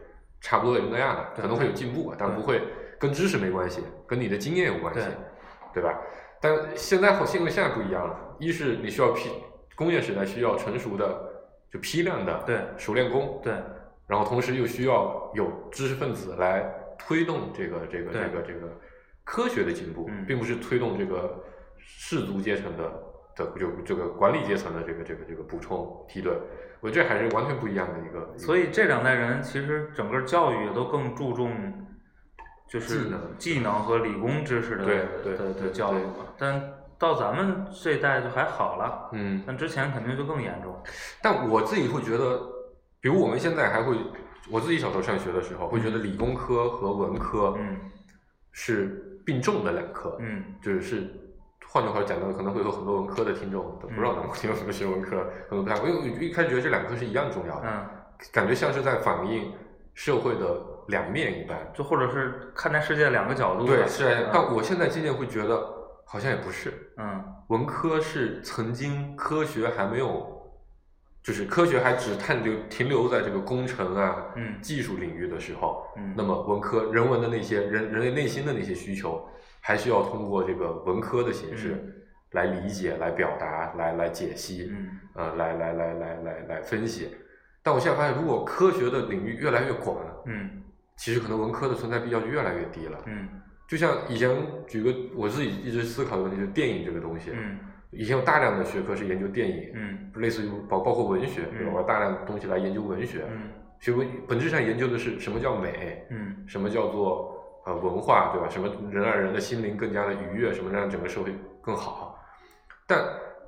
Speaker 3: 差不多也就那样了，
Speaker 2: 对
Speaker 3: 可能会有进步吧，但
Speaker 2: 对
Speaker 3: 不会跟知识没关系，跟你的经验有关系
Speaker 2: 对，
Speaker 3: 对吧？但现在后，因为现在不一样了，一是你需要批工业时代需要成熟的就批量的
Speaker 2: 对
Speaker 3: 熟练工，
Speaker 2: 对，
Speaker 3: 然后同时又需要有知识分子来推动这个这个
Speaker 2: 对
Speaker 3: 这个这个科学的进步，
Speaker 2: 嗯
Speaker 3: 并不是推动这个士族阶层的的就这个管理阶层的这个这个这个补充梯队，我觉得这还是完全不一样的一个。一个
Speaker 2: 所以这两代人其实整个教育也都更注重就是
Speaker 3: 技能
Speaker 2: 技能和理工知识的
Speaker 3: 对对
Speaker 2: 的的
Speaker 3: 对
Speaker 2: 教育
Speaker 3: 对
Speaker 2: 嘛。但到咱们这代就还好了，
Speaker 3: 嗯，
Speaker 2: 但之前肯定就更严重。
Speaker 3: 但我自己会觉得，比如我们现在还会，我自己小时候上学的时候，会觉得理工科和文科
Speaker 2: 嗯
Speaker 3: 是并重的两科，
Speaker 2: 嗯，
Speaker 3: 就是是换句话讲呢，可能会有很多文科的听众，不知
Speaker 2: 嗯
Speaker 3: 道咱们有没有学文科，可能不太，因为我一开始觉得这两科是一样重要的，
Speaker 2: 嗯，
Speaker 3: 感觉像是在反映社会的两面一般。
Speaker 2: 就或者是看待世界两个角度吧。
Speaker 3: 对，是啊，
Speaker 2: 嗯
Speaker 3: 但我现在渐渐会觉得好像也不是，
Speaker 2: 嗯
Speaker 3: 文科是曾经科学还没有，就是科学还只探留停留在这个工程啊、
Speaker 2: 嗯
Speaker 3: 技术领域的时候，
Speaker 2: 嗯，
Speaker 3: 那么文科人文的那些人人类内心的那些需求，还需要通过这个文科的形式来理解、来表达、来来解析，
Speaker 2: 嗯
Speaker 3: 呃，来来来来来来分析。但我现在发现，如果科学的领域越来越广，
Speaker 2: 嗯
Speaker 3: 其实可能文科的存在必要就越来越低了。
Speaker 2: 嗯
Speaker 3: 就像以前举个我自己一直思考的问题，就是电影这个东西，
Speaker 2: 嗯
Speaker 3: 以前有大量的学科是研究电影，
Speaker 2: 嗯
Speaker 3: 类似于包包括文学，
Speaker 2: 嗯
Speaker 3: 对吧？我有大量的东西来研究文学，
Speaker 2: 嗯
Speaker 3: 学文本质上研究的是什么叫美，
Speaker 2: 嗯
Speaker 3: 什么叫做呃文化，对吧？什么能让人的心灵更加的愉悦，什么让整个社会更好。但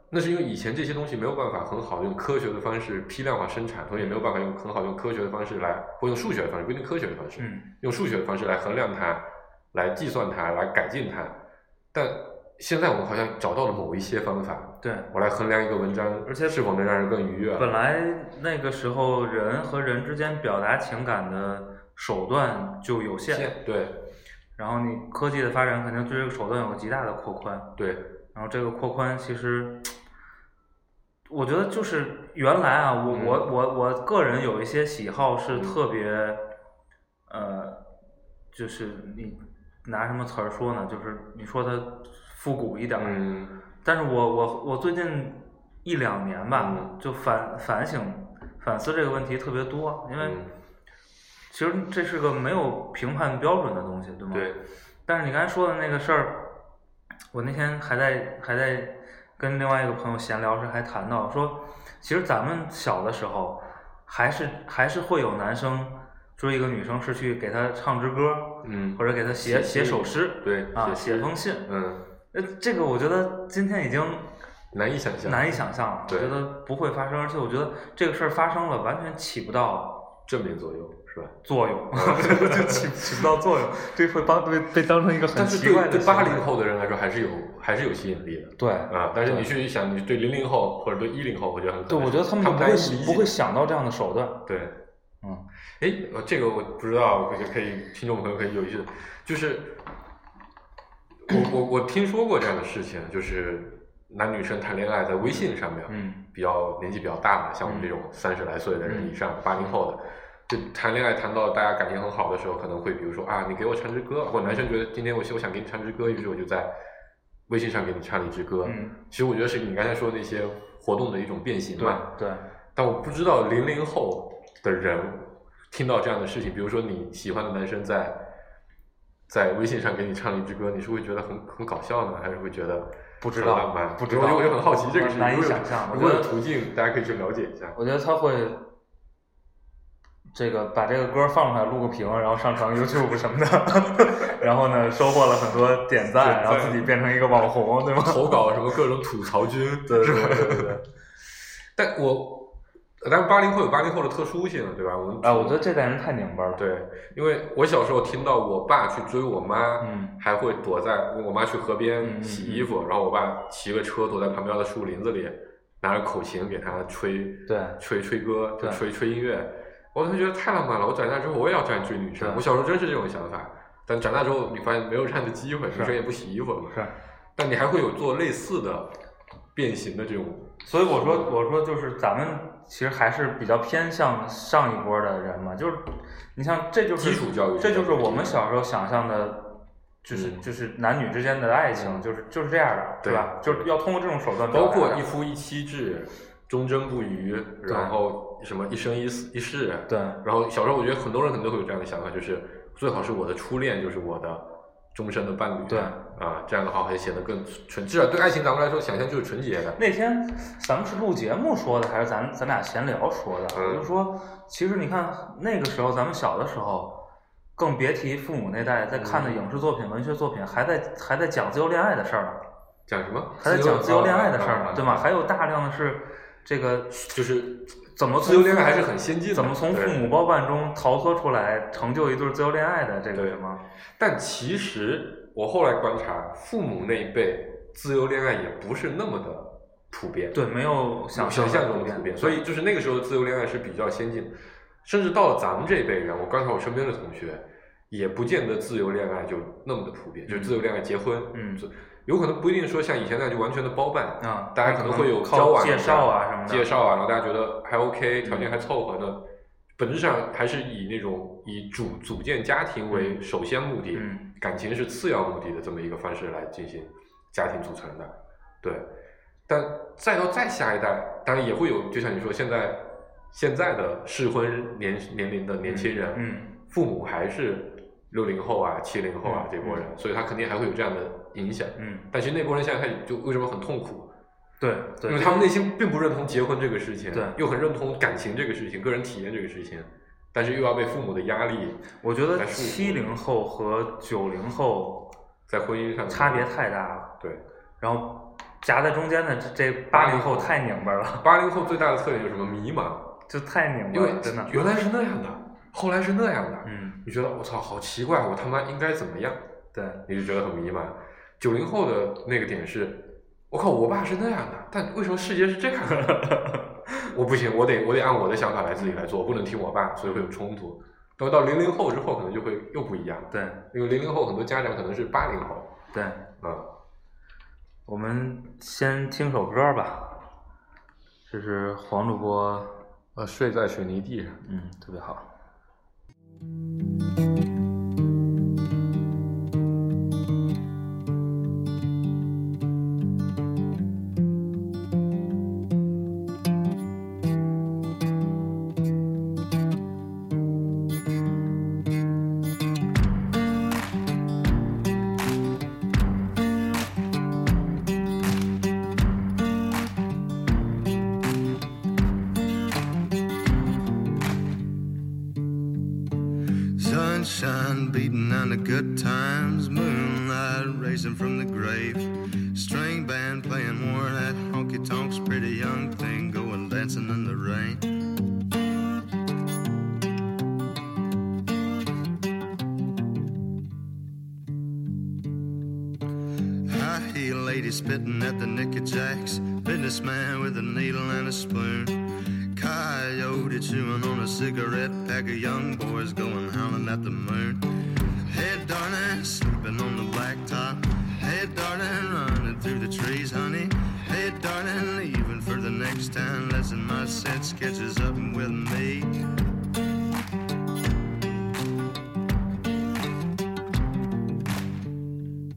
Speaker 3: 那是因为以前这些东西没有办法很好地用科学的方式批量化生产，同时也没有办法用很好地用科学的方式来，或用数学的方式，不一定科学的方式，
Speaker 2: 嗯
Speaker 3: 用数学的方式来衡量它，来计算它，来改进它。但现在我们好像找到了某一些方法，
Speaker 2: 对。
Speaker 3: 我来衡量一个文章，
Speaker 2: 而且
Speaker 3: 是否能让人更愉悦。
Speaker 2: 本来那个时候人和人之间表达情感的手段就有限，
Speaker 3: 对
Speaker 2: 然后你科技的发展肯定对这个手段有极大的扩宽，
Speaker 3: 对
Speaker 2: 然后这个扩宽其实，我觉得就是原来啊，我、
Speaker 3: 嗯
Speaker 2: 我我我个人有一些喜好是特别，呃，就是你拿什么词儿说呢？就是你说它复古一点儿，
Speaker 3: 嗯
Speaker 2: 但是我我我最近一两年吧，
Speaker 3: 嗯
Speaker 2: 就反反省反思这个问题特别多，因为
Speaker 3: 嗯
Speaker 2: 其实这是个没有评判标准的东西，对吗？
Speaker 3: 嗯对。
Speaker 2: 但是你刚才说的那个事儿，我那天还在还在跟另外一个朋友闲聊时还谈到说，其实咱们小的时候还是还是会有男生追一个女生是去给她唱支歌，
Speaker 3: 嗯，
Speaker 2: 或者给她写
Speaker 3: 写
Speaker 2: 写
Speaker 3: 诗
Speaker 2: 首诗，
Speaker 3: 对
Speaker 2: 啊，
Speaker 3: 写诗
Speaker 2: 写封信。
Speaker 3: 嗯，
Speaker 2: 呃，这个我觉得今天已经
Speaker 3: 难以想象，
Speaker 2: 难以想象了，我
Speaker 3: 对
Speaker 2: 觉得不会发生，而且我觉得这个事儿发生了，完全起不到
Speaker 3: 正面左右是吧？
Speaker 2: 作用， 就起起不到作用，这会帮被被当成一个很
Speaker 3: 但是
Speaker 2: 奇怪
Speaker 3: 对
Speaker 2: 的
Speaker 3: 对八
Speaker 2: 行为
Speaker 3: 零后的人来说，还是有还是有吸引力的
Speaker 2: 对
Speaker 3: 啊。但是你
Speaker 2: 对
Speaker 3: 去想，你对零零后或者对一零后，我觉得很可
Speaker 2: 对，
Speaker 3: 能
Speaker 2: 我觉得他们就
Speaker 3: 他们
Speaker 2: 不
Speaker 3: 难以
Speaker 2: 会
Speaker 3: 理
Speaker 2: 不
Speaker 3: 解
Speaker 2: 会想到这样的手段，
Speaker 3: 对，
Speaker 2: 嗯
Speaker 3: 哎，呃这个我不知道，可以可以，听众朋友可以有一些，就是我我我听说过这样的事情，就是男女生谈恋爱在微信上面，
Speaker 2: 嗯
Speaker 3: 比较年纪比较大的，像我们这种三十来岁的人以上，八零后的，就谈恋爱谈到大家感情很好的时候，可能会比如说啊，你给我唱支歌，或者男生觉得今天我我想给你唱支歌，于是我就在微信上给你唱了一支歌。
Speaker 2: 嗯，
Speaker 3: 其实我觉得是你刚才说那些活动的一种变形
Speaker 2: 对
Speaker 3: 嘛。
Speaker 2: 对，
Speaker 3: 但我不知道零零后的人听到这样的事情，比如说你喜欢的男生在在微信上给你唱了一支歌，你是会觉得很很搞笑呢，还是会觉得
Speaker 2: 不知
Speaker 3: 很
Speaker 2: 道
Speaker 3: 浪漫？
Speaker 2: 不知道
Speaker 3: 我就我就很好奇这个事情，
Speaker 2: 难以
Speaker 3: 如果有
Speaker 2: 想象我
Speaker 3: 如果
Speaker 2: 觉
Speaker 3: 有
Speaker 2: 得
Speaker 3: 途径，大家可以去了解一 下。
Speaker 2: 我觉得他会这个把这个歌放出来，录个屏，然后上传 YouTube 什么的， 然后呢收获了很多点赞，
Speaker 3: 点赞
Speaker 2: 然后自己变成一个网红，对吗？
Speaker 3: 投稿什么各种吐槽君，
Speaker 2: 对
Speaker 3: 是
Speaker 2: 对
Speaker 3: 吧？
Speaker 2: 对对对。
Speaker 3: 但我，但是八零后有八零后的特殊性，对吧？我们
Speaker 2: 啊，我觉得这代人太拧巴了。，
Speaker 3: 对，因为我小时候听到我爸去追我妈，
Speaker 2: 嗯
Speaker 3: 还会躲在我妈去河边
Speaker 2: 嗯
Speaker 3: 洗衣服，然后我爸骑个车躲在旁边的树林子里，拿着口琴给她吹，
Speaker 2: 对
Speaker 3: 吹吹歌，就
Speaker 2: 对
Speaker 3: 吹吹音乐。我当时觉得太浪漫了，我长大之后我也要这样追女生
Speaker 2: 对。
Speaker 3: 我小时候真是这种想法，但长大之后你发现没有这样的机会，
Speaker 2: 是
Speaker 3: 女生也不洗衣服了嘛。
Speaker 2: 是。
Speaker 3: 但你还会有做类似的变形的这种，
Speaker 2: 所以我说，我说就是咱们其实还是比较偏向上一波的人嘛，就是你像这就是
Speaker 3: 基础教育
Speaker 2: 这就是我们小时候想象的，就是、
Speaker 3: 嗯
Speaker 2: 就是男女之间的爱情，
Speaker 3: 嗯
Speaker 2: 就是就是这样的，
Speaker 3: 对
Speaker 2: 吧？就是要通过这种手段表
Speaker 3: 包
Speaker 2: 达的，
Speaker 3: 括一夫一妻制、忠贞不渝，
Speaker 2: 对
Speaker 3: 然后什么一生一世一世。
Speaker 2: 对
Speaker 3: 然后小时候我觉得很多人可能都会有这样的想法，就是最好是我的初恋就是我的终身的伴侣。
Speaker 2: 对
Speaker 3: 啊、这样的话会显得更纯，至少对爱情咱们来说，想象就是纯洁的。
Speaker 2: 那天咱们是录节目说的，还是咱咱俩闲聊说的？
Speaker 3: 嗯
Speaker 2: 我就说，其实你看那个时候，咱们小的时候，更别提父母那代在看的
Speaker 3: 嗯
Speaker 2: 影视作品、文学作品，还在还在讲自由恋爱的事儿呢。
Speaker 3: 讲什么？
Speaker 2: 还在讲自由恋爱的事儿
Speaker 3: 啊
Speaker 2: 呢，对吗？？还有大量的是这个
Speaker 3: 就是
Speaker 2: 怎么从
Speaker 3: 自由恋爱还是很先进的
Speaker 2: 怎么从
Speaker 3: 对
Speaker 2: 父母包办中逃脱出来，成就一对自由恋爱的这个
Speaker 3: 对
Speaker 2: 什么？
Speaker 3: 但其实我后来观察，父母那一辈自由恋爱也不是那么的普遍。
Speaker 2: 对，没有想
Speaker 3: 想象中
Speaker 2: 中
Speaker 3: 的普遍，
Speaker 2: 遍，
Speaker 3: 所以就是那个时候的自由恋爱是比较先进的，甚至到了咱们这一辈人，我观察我身边的同学，也不见得自由恋爱就那么的普遍，就是自由恋爱结婚，
Speaker 2: 嗯
Speaker 3: 就，有可能不一定说像以前那样就完全的包办，
Speaker 2: 啊，
Speaker 3: 大家可能会有交
Speaker 2: 靠
Speaker 3: 往
Speaker 2: 介
Speaker 3: 一下
Speaker 2: 绍啊什么的，
Speaker 3: 介绍啊，然后大家觉得还 OK，条件还凑合的，本质上还是以那种以组组建家庭为首先目的，
Speaker 2: 嗯
Speaker 3: 感情是次要目的的这么一个方式来进行家庭组成的，对。但再到再下一代，当然也会有，就像你说，现在现在的适婚年年龄的年轻人，
Speaker 2: 嗯，
Speaker 3: 父母还是六零后啊、七零后啊、
Speaker 2: 嗯
Speaker 3: 这波人，
Speaker 2: 嗯
Speaker 3: 所以他肯定还会有这样的影响。
Speaker 2: 嗯，
Speaker 3: 但其实那波人现在他就为什么很痛苦？
Speaker 2: 对对，
Speaker 3: 因为他们内心并不认同结婚这个事情，
Speaker 2: 对
Speaker 3: 又很认同感情这个事情、个人体验这个事情，但是又要被父母的压力
Speaker 2: 我觉得
Speaker 3: 来束缚
Speaker 2: 七零后和九零后
Speaker 3: 在婚姻上
Speaker 2: 差别太大了，
Speaker 3: 对。
Speaker 2: 然后夹在中间的这这八零后太拧巴了，
Speaker 3: 八零后最大的特点就是什么？迷茫，
Speaker 2: 就太拧巴
Speaker 3: 因为
Speaker 2: 了，真的，
Speaker 3: 原来是那样的，后来是那样的，
Speaker 2: 嗯，
Speaker 3: 你觉得我操，好奇怪，我他妈应该怎么样？
Speaker 2: 对。
Speaker 3: 你就觉得很迷茫。九零后的那个点是，我靠，我爸是那样的，但为什么世界是这样 的？我不行，我得我得按我的想法来自己来做，我不能听我爸，所以会有冲突。等到零零后之后，可能就会又不一样，
Speaker 2: 对
Speaker 3: 因为零零后很多家长可能是八零后，
Speaker 2: 对，
Speaker 3: 啊、
Speaker 2: 我们先听首歌吧，这是黄主播，
Speaker 3: 呃，睡在水泥地上。
Speaker 2: 嗯，特别好。
Speaker 4: Sunshine beating on the good times, moonlight raising from the grave. String band playing worn out honky tonks, pretty young thing going dancing in the rain. High heel lady spitting at the Nicky Jacks. Businessman with a needle and a spoon. Coyote chewing on a cigarette. Pack of young boys going howling at the moon. Hey, darling, sleeping on the blacktop. Hey, darling, running through the trees, honey. Hey, darling, leaving for the next town. Lesson my sense catches up with me.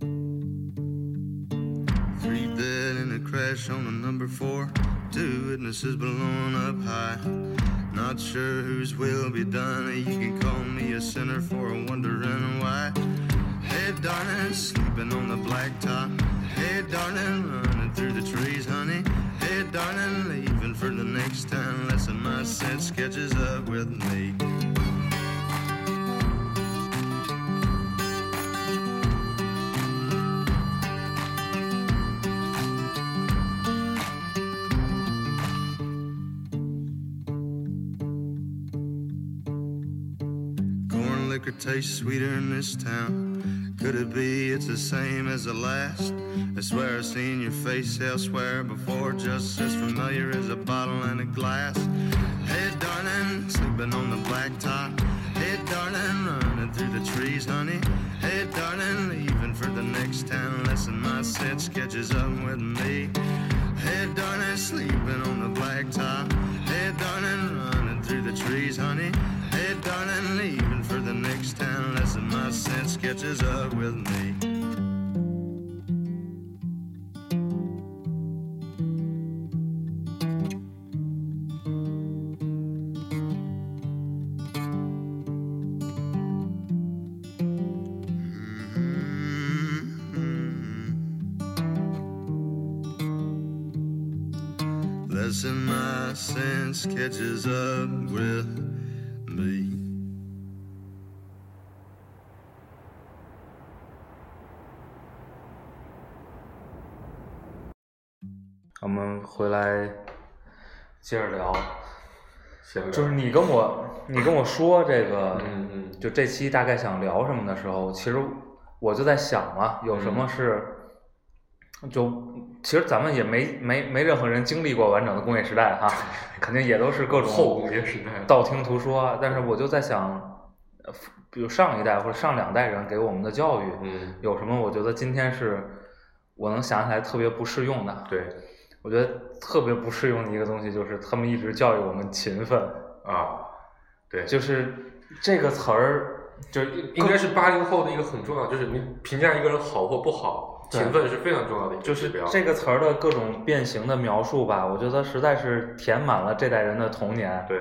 Speaker 4: Three dead in a crash on the number four. Two witnesses blown up high. Not sure whose will be done. You can call me a sinner for wondering why. Hey, darling, sleeping on the blacktop. Hey, darling, running through the trees, honey. Hey, darling, leaving for the next town. Lesson my sense catches up with me. Corn liquor tastes sweeter in this town. Could it be it's the same as the last? I swear I've seen your face elsewhere before, just as familiar as a bottle and a glass. Hey, darling, sleeping on the blacktop. Hey, darling, running through the trees, honey. Hey, darling, leaving for the next town. Lesson my sense catches up with me. Hey, darling, sleeping on the blacktop. Hey, darling, running through the trees, honey. Hey, darling, leaving for the next town. Lesson my sense catches up with me. Mm-hmm. Lesson my sense catches up with me.
Speaker 2: 我们回来接着聊，
Speaker 3: 闲聊
Speaker 2: 就是你跟我，你跟我说这个，
Speaker 3: 嗯嗯
Speaker 2: 就这期大概想聊什么的时候，其实我就在想嘛，有什么是，
Speaker 3: 嗯
Speaker 2: 就其实咱们也没没没任何人经历过完整的工业时代哈、 肯定也都是各种
Speaker 3: 后工业时代
Speaker 2: 道听途说，啊但是我就在想，呃比如上一代或者上两代人给我们的教育，
Speaker 3: 嗯
Speaker 2: 有什么我觉得今天是我能想起来特别不适用的，
Speaker 3: 对
Speaker 2: 我觉得特别不适用的一个东西就是他们一直教育我们勤奋，
Speaker 3: 啊，对，
Speaker 2: 就是这个词儿，就
Speaker 3: 应该是八零后的一个很重要，就是你评价一个人好或不好，
Speaker 2: 对
Speaker 3: 勤奋是非常重要的一个
Speaker 2: 就
Speaker 3: 指
Speaker 2: 是
Speaker 3: 标。
Speaker 2: 这个词儿的各种变形的描述吧，我觉得实在是填满了这代人的童年。
Speaker 3: 对，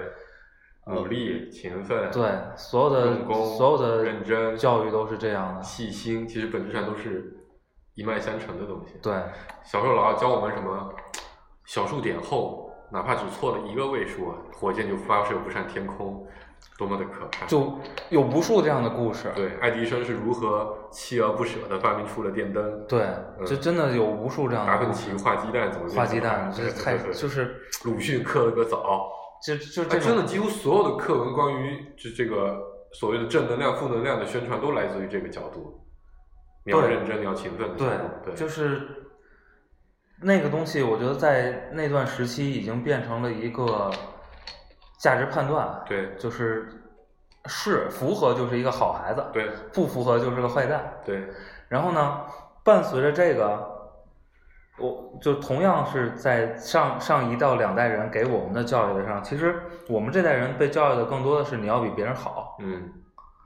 Speaker 3: 努力、勤奋、
Speaker 2: 对，所有的
Speaker 3: 用功
Speaker 2: 所有的
Speaker 3: 认真
Speaker 2: 教育都是这样的。
Speaker 3: 细心，其实本质上都是一脉相承的东西。
Speaker 2: 对，
Speaker 3: 小时候老要教我们什么小数点后，哪怕只错了一个位数，啊，火箭就发射不上天空，多么的可怕！
Speaker 2: 就有无数这样的故事。
Speaker 3: 对，爱迪生是如何锲而不舍地发明出了电灯？
Speaker 2: 对，
Speaker 3: 嗯
Speaker 2: 就真的有无数这样
Speaker 3: 达
Speaker 2: 的
Speaker 3: 芬
Speaker 2: 故事
Speaker 3: 奇。画鸡蛋怎么
Speaker 2: 画鸡蛋，
Speaker 3: 这
Speaker 2: 这太就是
Speaker 3: 鲁迅刻了个枣，
Speaker 2: 就就
Speaker 3: 哎，
Speaker 2: 这
Speaker 3: 真的，
Speaker 2: 种
Speaker 3: 几乎所有的课文关于这这个所谓的正能量、负能量的宣传，都来自于这个角度。你要
Speaker 2: 对
Speaker 3: 认真，你要勤奋的
Speaker 2: 对
Speaker 3: 角度，对，
Speaker 2: 就是那个东西，我觉得在那段时期已经变成了一个价值判断。
Speaker 3: 对
Speaker 2: 就是是符合就是一个好孩子，
Speaker 3: 对
Speaker 2: 不符合就是个坏蛋。
Speaker 3: 对，
Speaker 2: 然后呢，伴随着这个，我就同样是在上上一到两代人给我们的教育的上，其实我们这代人被教育的更多的是你要比别人好。
Speaker 3: 嗯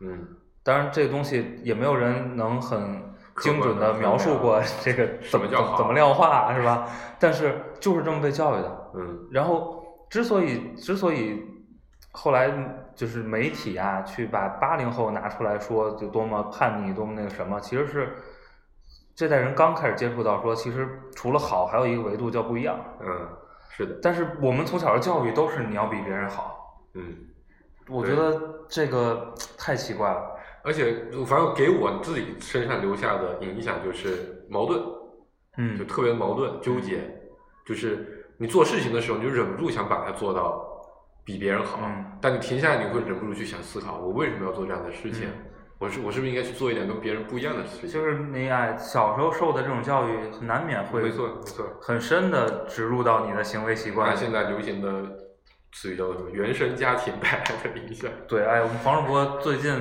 Speaker 3: 嗯，
Speaker 2: 当然，这个东西也没有人能很精准
Speaker 3: 客
Speaker 2: 的
Speaker 3: 观地啊
Speaker 2: 描述过这个怎么
Speaker 3: 什么叫好
Speaker 2: 怎么量化啊是吧？但是就是这么被教育的。
Speaker 3: 嗯
Speaker 2: 然后之所以之所以后来就是媒体啊，去把八零后拿出来说就多么叛逆，多么那个什么，其实是这代人刚开始接触到说，其实除了好，还有一个维度叫不一样。
Speaker 3: 嗯，是的，
Speaker 2: 但是我们从小的教育都是你要比别人好，
Speaker 3: 嗯，
Speaker 2: 我
Speaker 3: 对
Speaker 2: 觉得这个太奇怪了。
Speaker 3: 而且反正给我自己身上留下的影响就是矛盾，就
Speaker 2: 嗯，
Speaker 3: 特别矛盾纠结，就是你做事情的时候，你就忍不住想把它做到比别人好，
Speaker 2: 嗯
Speaker 3: 但你停下来，你会忍不住去想思考，我为什么要做这样的事情？
Speaker 2: 嗯
Speaker 3: 我是我是不是应该去做一点跟别人不一样的事情？
Speaker 2: 就是你哎，小时候受的这种教育，难免会
Speaker 3: 没错没错。
Speaker 2: 很深的植入到你的行为习惯
Speaker 3: 按
Speaker 2: 里。
Speaker 3: 现在流行的词语叫做什么“原生家庭”带来的影响，
Speaker 2: 对，哎，我们黄世博最近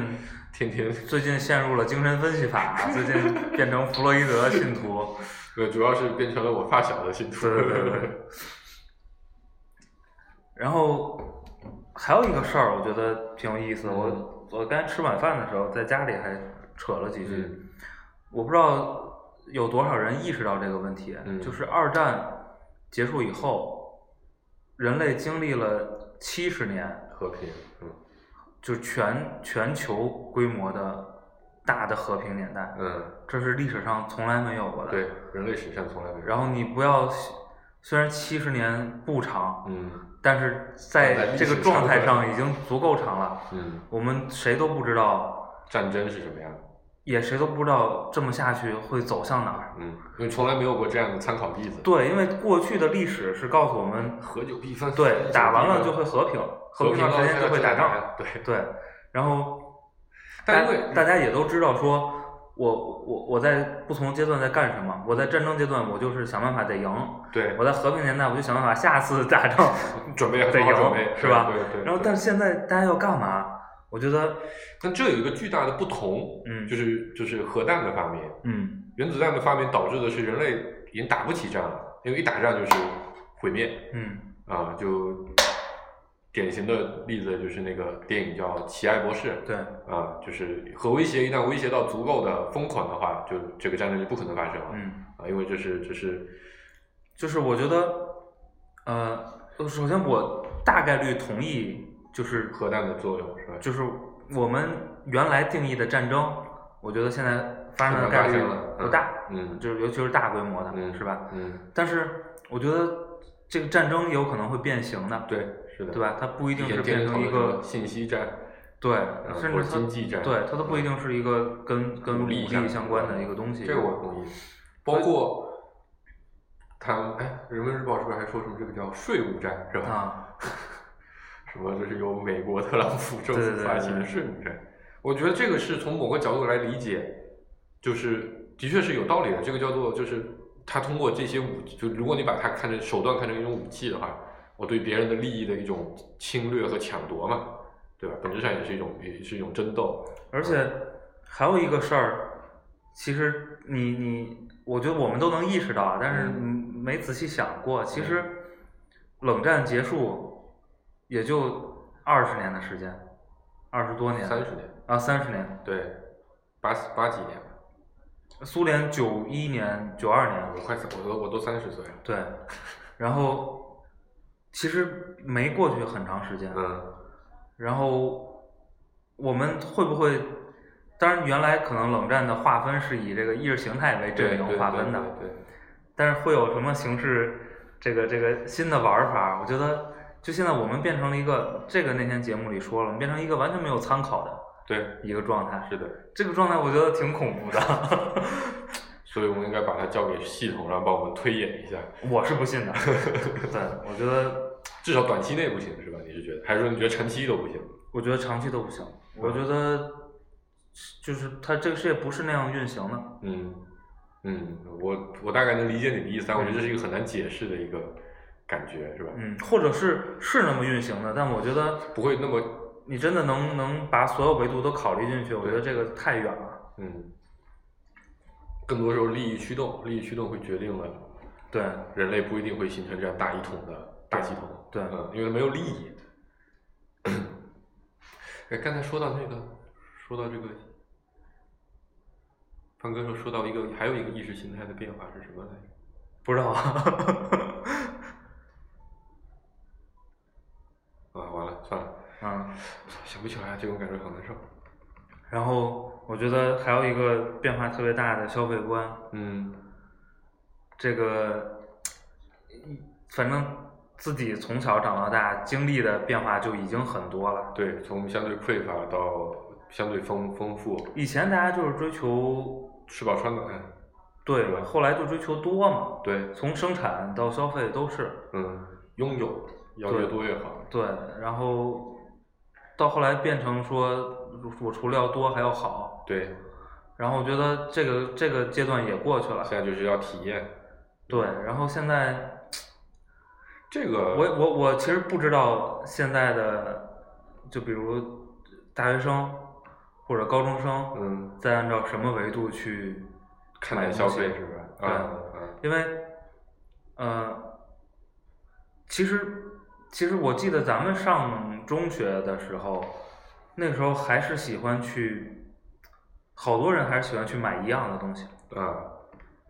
Speaker 3: 天天
Speaker 2: 最近陷入了精神分析法，最近变成弗洛伊德信徒。
Speaker 3: 呃主要是变成了我发小的信徒。
Speaker 2: 对对对对然后还有一个事儿，我觉得挺有意思。我我刚才吃晚饭的时候，在家里还扯了几句。
Speaker 3: 嗯
Speaker 2: 我不知道有多少人意识到这个问题，
Speaker 3: 嗯
Speaker 2: 就是二战结束以后，人类经历了七十年，
Speaker 3: 和平，嗯
Speaker 2: 就是全全球规模的大的和平年代，
Speaker 3: 嗯，
Speaker 2: 这是历史上从来没有过的。
Speaker 3: 对，人类史上从来没有。
Speaker 2: 然后你不要，虽然七十年不长，
Speaker 3: 嗯
Speaker 2: 但是
Speaker 3: 在历
Speaker 2: 在
Speaker 3: 史
Speaker 2: 这个状态
Speaker 3: 长河
Speaker 2: 上已经足够长了。
Speaker 3: 嗯，
Speaker 2: 我们谁都不知道，
Speaker 3: 战争是什么样的？
Speaker 2: 也谁都不知道这么下去会走向哪儿。
Speaker 3: 嗯，因为从来没有过这样的参考例子。
Speaker 2: 对，因为过去的历史是告诉我们，
Speaker 3: 合久必分。合久必
Speaker 2: 对，
Speaker 3: 分
Speaker 2: 打完了就会和平，和
Speaker 3: 和
Speaker 2: 平
Speaker 3: 平
Speaker 2: 段时间就会打仗。
Speaker 3: 仗。对，
Speaker 2: 对，然后
Speaker 3: 但
Speaker 2: 大
Speaker 3: 因为
Speaker 2: 大家也都知道说，我我我在不同阶段在干什么。我在战争阶段，我就是想办法得赢；
Speaker 3: 对
Speaker 2: 我，在和平年代，我就想办法下次打仗。
Speaker 3: 准备
Speaker 2: 得
Speaker 3: 好好
Speaker 2: 赢
Speaker 3: 准备
Speaker 2: 是吧
Speaker 3: 对对对。
Speaker 2: 然后，但是现在大家要干嘛？我觉得，
Speaker 3: 但这有一个巨大的不同，
Speaker 2: 嗯
Speaker 3: 就是就是核弹的发明，
Speaker 2: 嗯
Speaker 3: 原子弹的发明导致的是人类已经打不起仗了，因为一打仗就是毁灭
Speaker 2: 嗯
Speaker 3: 啊，就典型的例子就是那个电影叫《奇爱博士》，
Speaker 2: 对，
Speaker 3: 啊，就是核威胁一旦威胁到足够的疯狂的话，就这个战争就不可能发生了、
Speaker 2: 嗯，
Speaker 3: 啊，因为这是这是
Speaker 2: 就是我觉得，呃，首先我大概率同意，就是
Speaker 3: 核弹的作用，是吧？
Speaker 2: 就是我们原来定义的战争，我觉得现在发生的
Speaker 3: 很难
Speaker 2: 概
Speaker 3: 发
Speaker 2: 率
Speaker 3: 生了
Speaker 2: 不大，
Speaker 3: 嗯
Speaker 2: 就是尤其是大规模的，
Speaker 3: 嗯
Speaker 2: 是吧？
Speaker 3: 嗯，
Speaker 2: 但是我觉得这个战争也有可能会变形的，
Speaker 3: 对，是的，
Speaker 2: 对吧？它不一
Speaker 3: 一
Speaker 2: 定是变成一个
Speaker 3: 信息战，
Speaker 2: 对，
Speaker 3: 嗯
Speaker 2: 甚
Speaker 3: 或
Speaker 2: 至
Speaker 3: 者
Speaker 2: 它
Speaker 3: 经济战
Speaker 2: 对它都不一定是一个跟跟
Speaker 3: 武
Speaker 2: 武
Speaker 3: 力
Speaker 2: 力
Speaker 3: 战
Speaker 2: 相关的一个东西。
Speaker 3: 这个我同意。包括他们，哎，人民日报是不是还说什么这个叫税务战，是吧？
Speaker 2: 啊，
Speaker 3: 什么就是由美国特朗普政
Speaker 2: 对对
Speaker 3: 府
Speaker 2: 对
Speaker 3: 发起的
Speaker 2: 对
Speaker 3: 税务战。我觉得这个是从某个角度来理解，就是的确是有道理的。这个叫做就是他通过这些武，就如果你把它看成手段看成一种武器的话，我对别人的利益的一种侵略和抢夺嘛，对吧？本质上也是一种也是一种争斗。
Speaker 2: 而且还有一个事儿，其实你你，我觉得我们都能意识到，啊但是
Speaker 3: 嗯
Speaker 2: 嗯没仔细想过，其实冷战结束也就二十年的时间，二十多年，
Speaker 3: 三十年，
Speaker 2: 啊三十年，
Speaker 3: 对，八四八几年，
Speaker 2: 苏联九一年、九二年，
Speaker 3: 我快三我都我都三十岁了，
Speaker 2: 对，然后其实没过去很长时间，
Speaker 3: 嗯
Speaker 2: 然后我们会不会？当然，原来可能冷战的划分是以这个意识形态为阵
Speaker 3: 对，对
Speaker 2: 营划分的，
Speaker 3: 对对
Speaker 2: 但是会有什么形式？这个这个新的玩法，我觉得就现在我们变成了一个，这个那天节目里说了，我们变成一个完全没有参考的
Speaker 3: 对，
Speaker 2: 一个状态
Speaker 3: 对，是的。
Speaker 2: 这个状态我觉得挺恐怖的，
Speaker 3: 所以我们应该把它交给系统，然后帮我们推演一下。
Speaker 2: 我是不信的。 对，我觉得
Speaker 3: 至少短期内不行是吧？你是觉得，还是说你觉得长期都不行？
Speaker 2: 我觉得长期都不行，我觉得就是它这个世界不是那样运行的。
Speaker 3: 嗯嗯，我我大概能理解你的意思，但我觉得这是一个很难解释的一个感觉，是吧？
Speaker 2: 嗯，或者是是那么运行的，但我觉得
Speaker 3: 不会那么
Speaker 2: 你真的能能把所有维度都考虑进去，我觉得这个太远了。
Speaker 3: 嗯，更多时候利益驱动，利益驱动会决定了
Speaker 2: 对，
Speaker 3: 人类不一定会形成这样大一统的大系统。
Speaker 2: 对
Speaker 3: 嗯，因为没有利益。 哎，刚才说到那个，说到这个，潘哥说说到一个，还有一个意识形态的变化是什么来着？
Speaker 2: 不知道 啊。
Speaker 3: 啊，完了，算了，
Speaker 2: 嗯，
Speaker 3: 想不起来，这种感觉好难受。
Speaker 2: 然后我觉得还有一个变化特别大的消费观，
Speaker 3: 嗯
Speaker 2: 这个反正自己从小长到大经历的变化就已经很多了，。
Speaker 3: 对，从相对匮乏到相对丰丰富，
Speaker 2: 以前大家就是追求
Speaker 3: 吃饱穿暖，
Speaker 2: 对，后来就追求多嘛，
Speaker 3: 对，
Speaker 2: 从生产到消费都是。
Speaker 3: 嗯，拥有要
Speaker 2: 对
Speaker 3: 越多越好，
Speaker 2: 对，然后到后来变成说，我除了要多还要好，
Speaker 3: 对，
Speaker 2: 然后我觉得这个这个阶段也过去了
Speaker 3: 现，在就是要体验
Speaker 2: 对，然后现在
Speaker 3: 这个，
Speaker 2: 我我我其实不知道现在的，就比如大学生或者高中生，
Speaker 3: 嗯，
Speaker 2: 再按照什么维度去
Speaker 3: 看
Speaker 2: 买
Speaker 3: 待
Speaker 2: 东
Speaker 3: 消
Speaker 2: 西
Speaker 3: 费是不是？
Speaker 2: 对
Speaker 3: 啊啊
Speaker 2: 因为，呃，其实其实我记得咱们上中学的时候，那个时候还是喜欢去，好多人还是喜欢去买一样的东西。
Speaker 3: 嗯啊，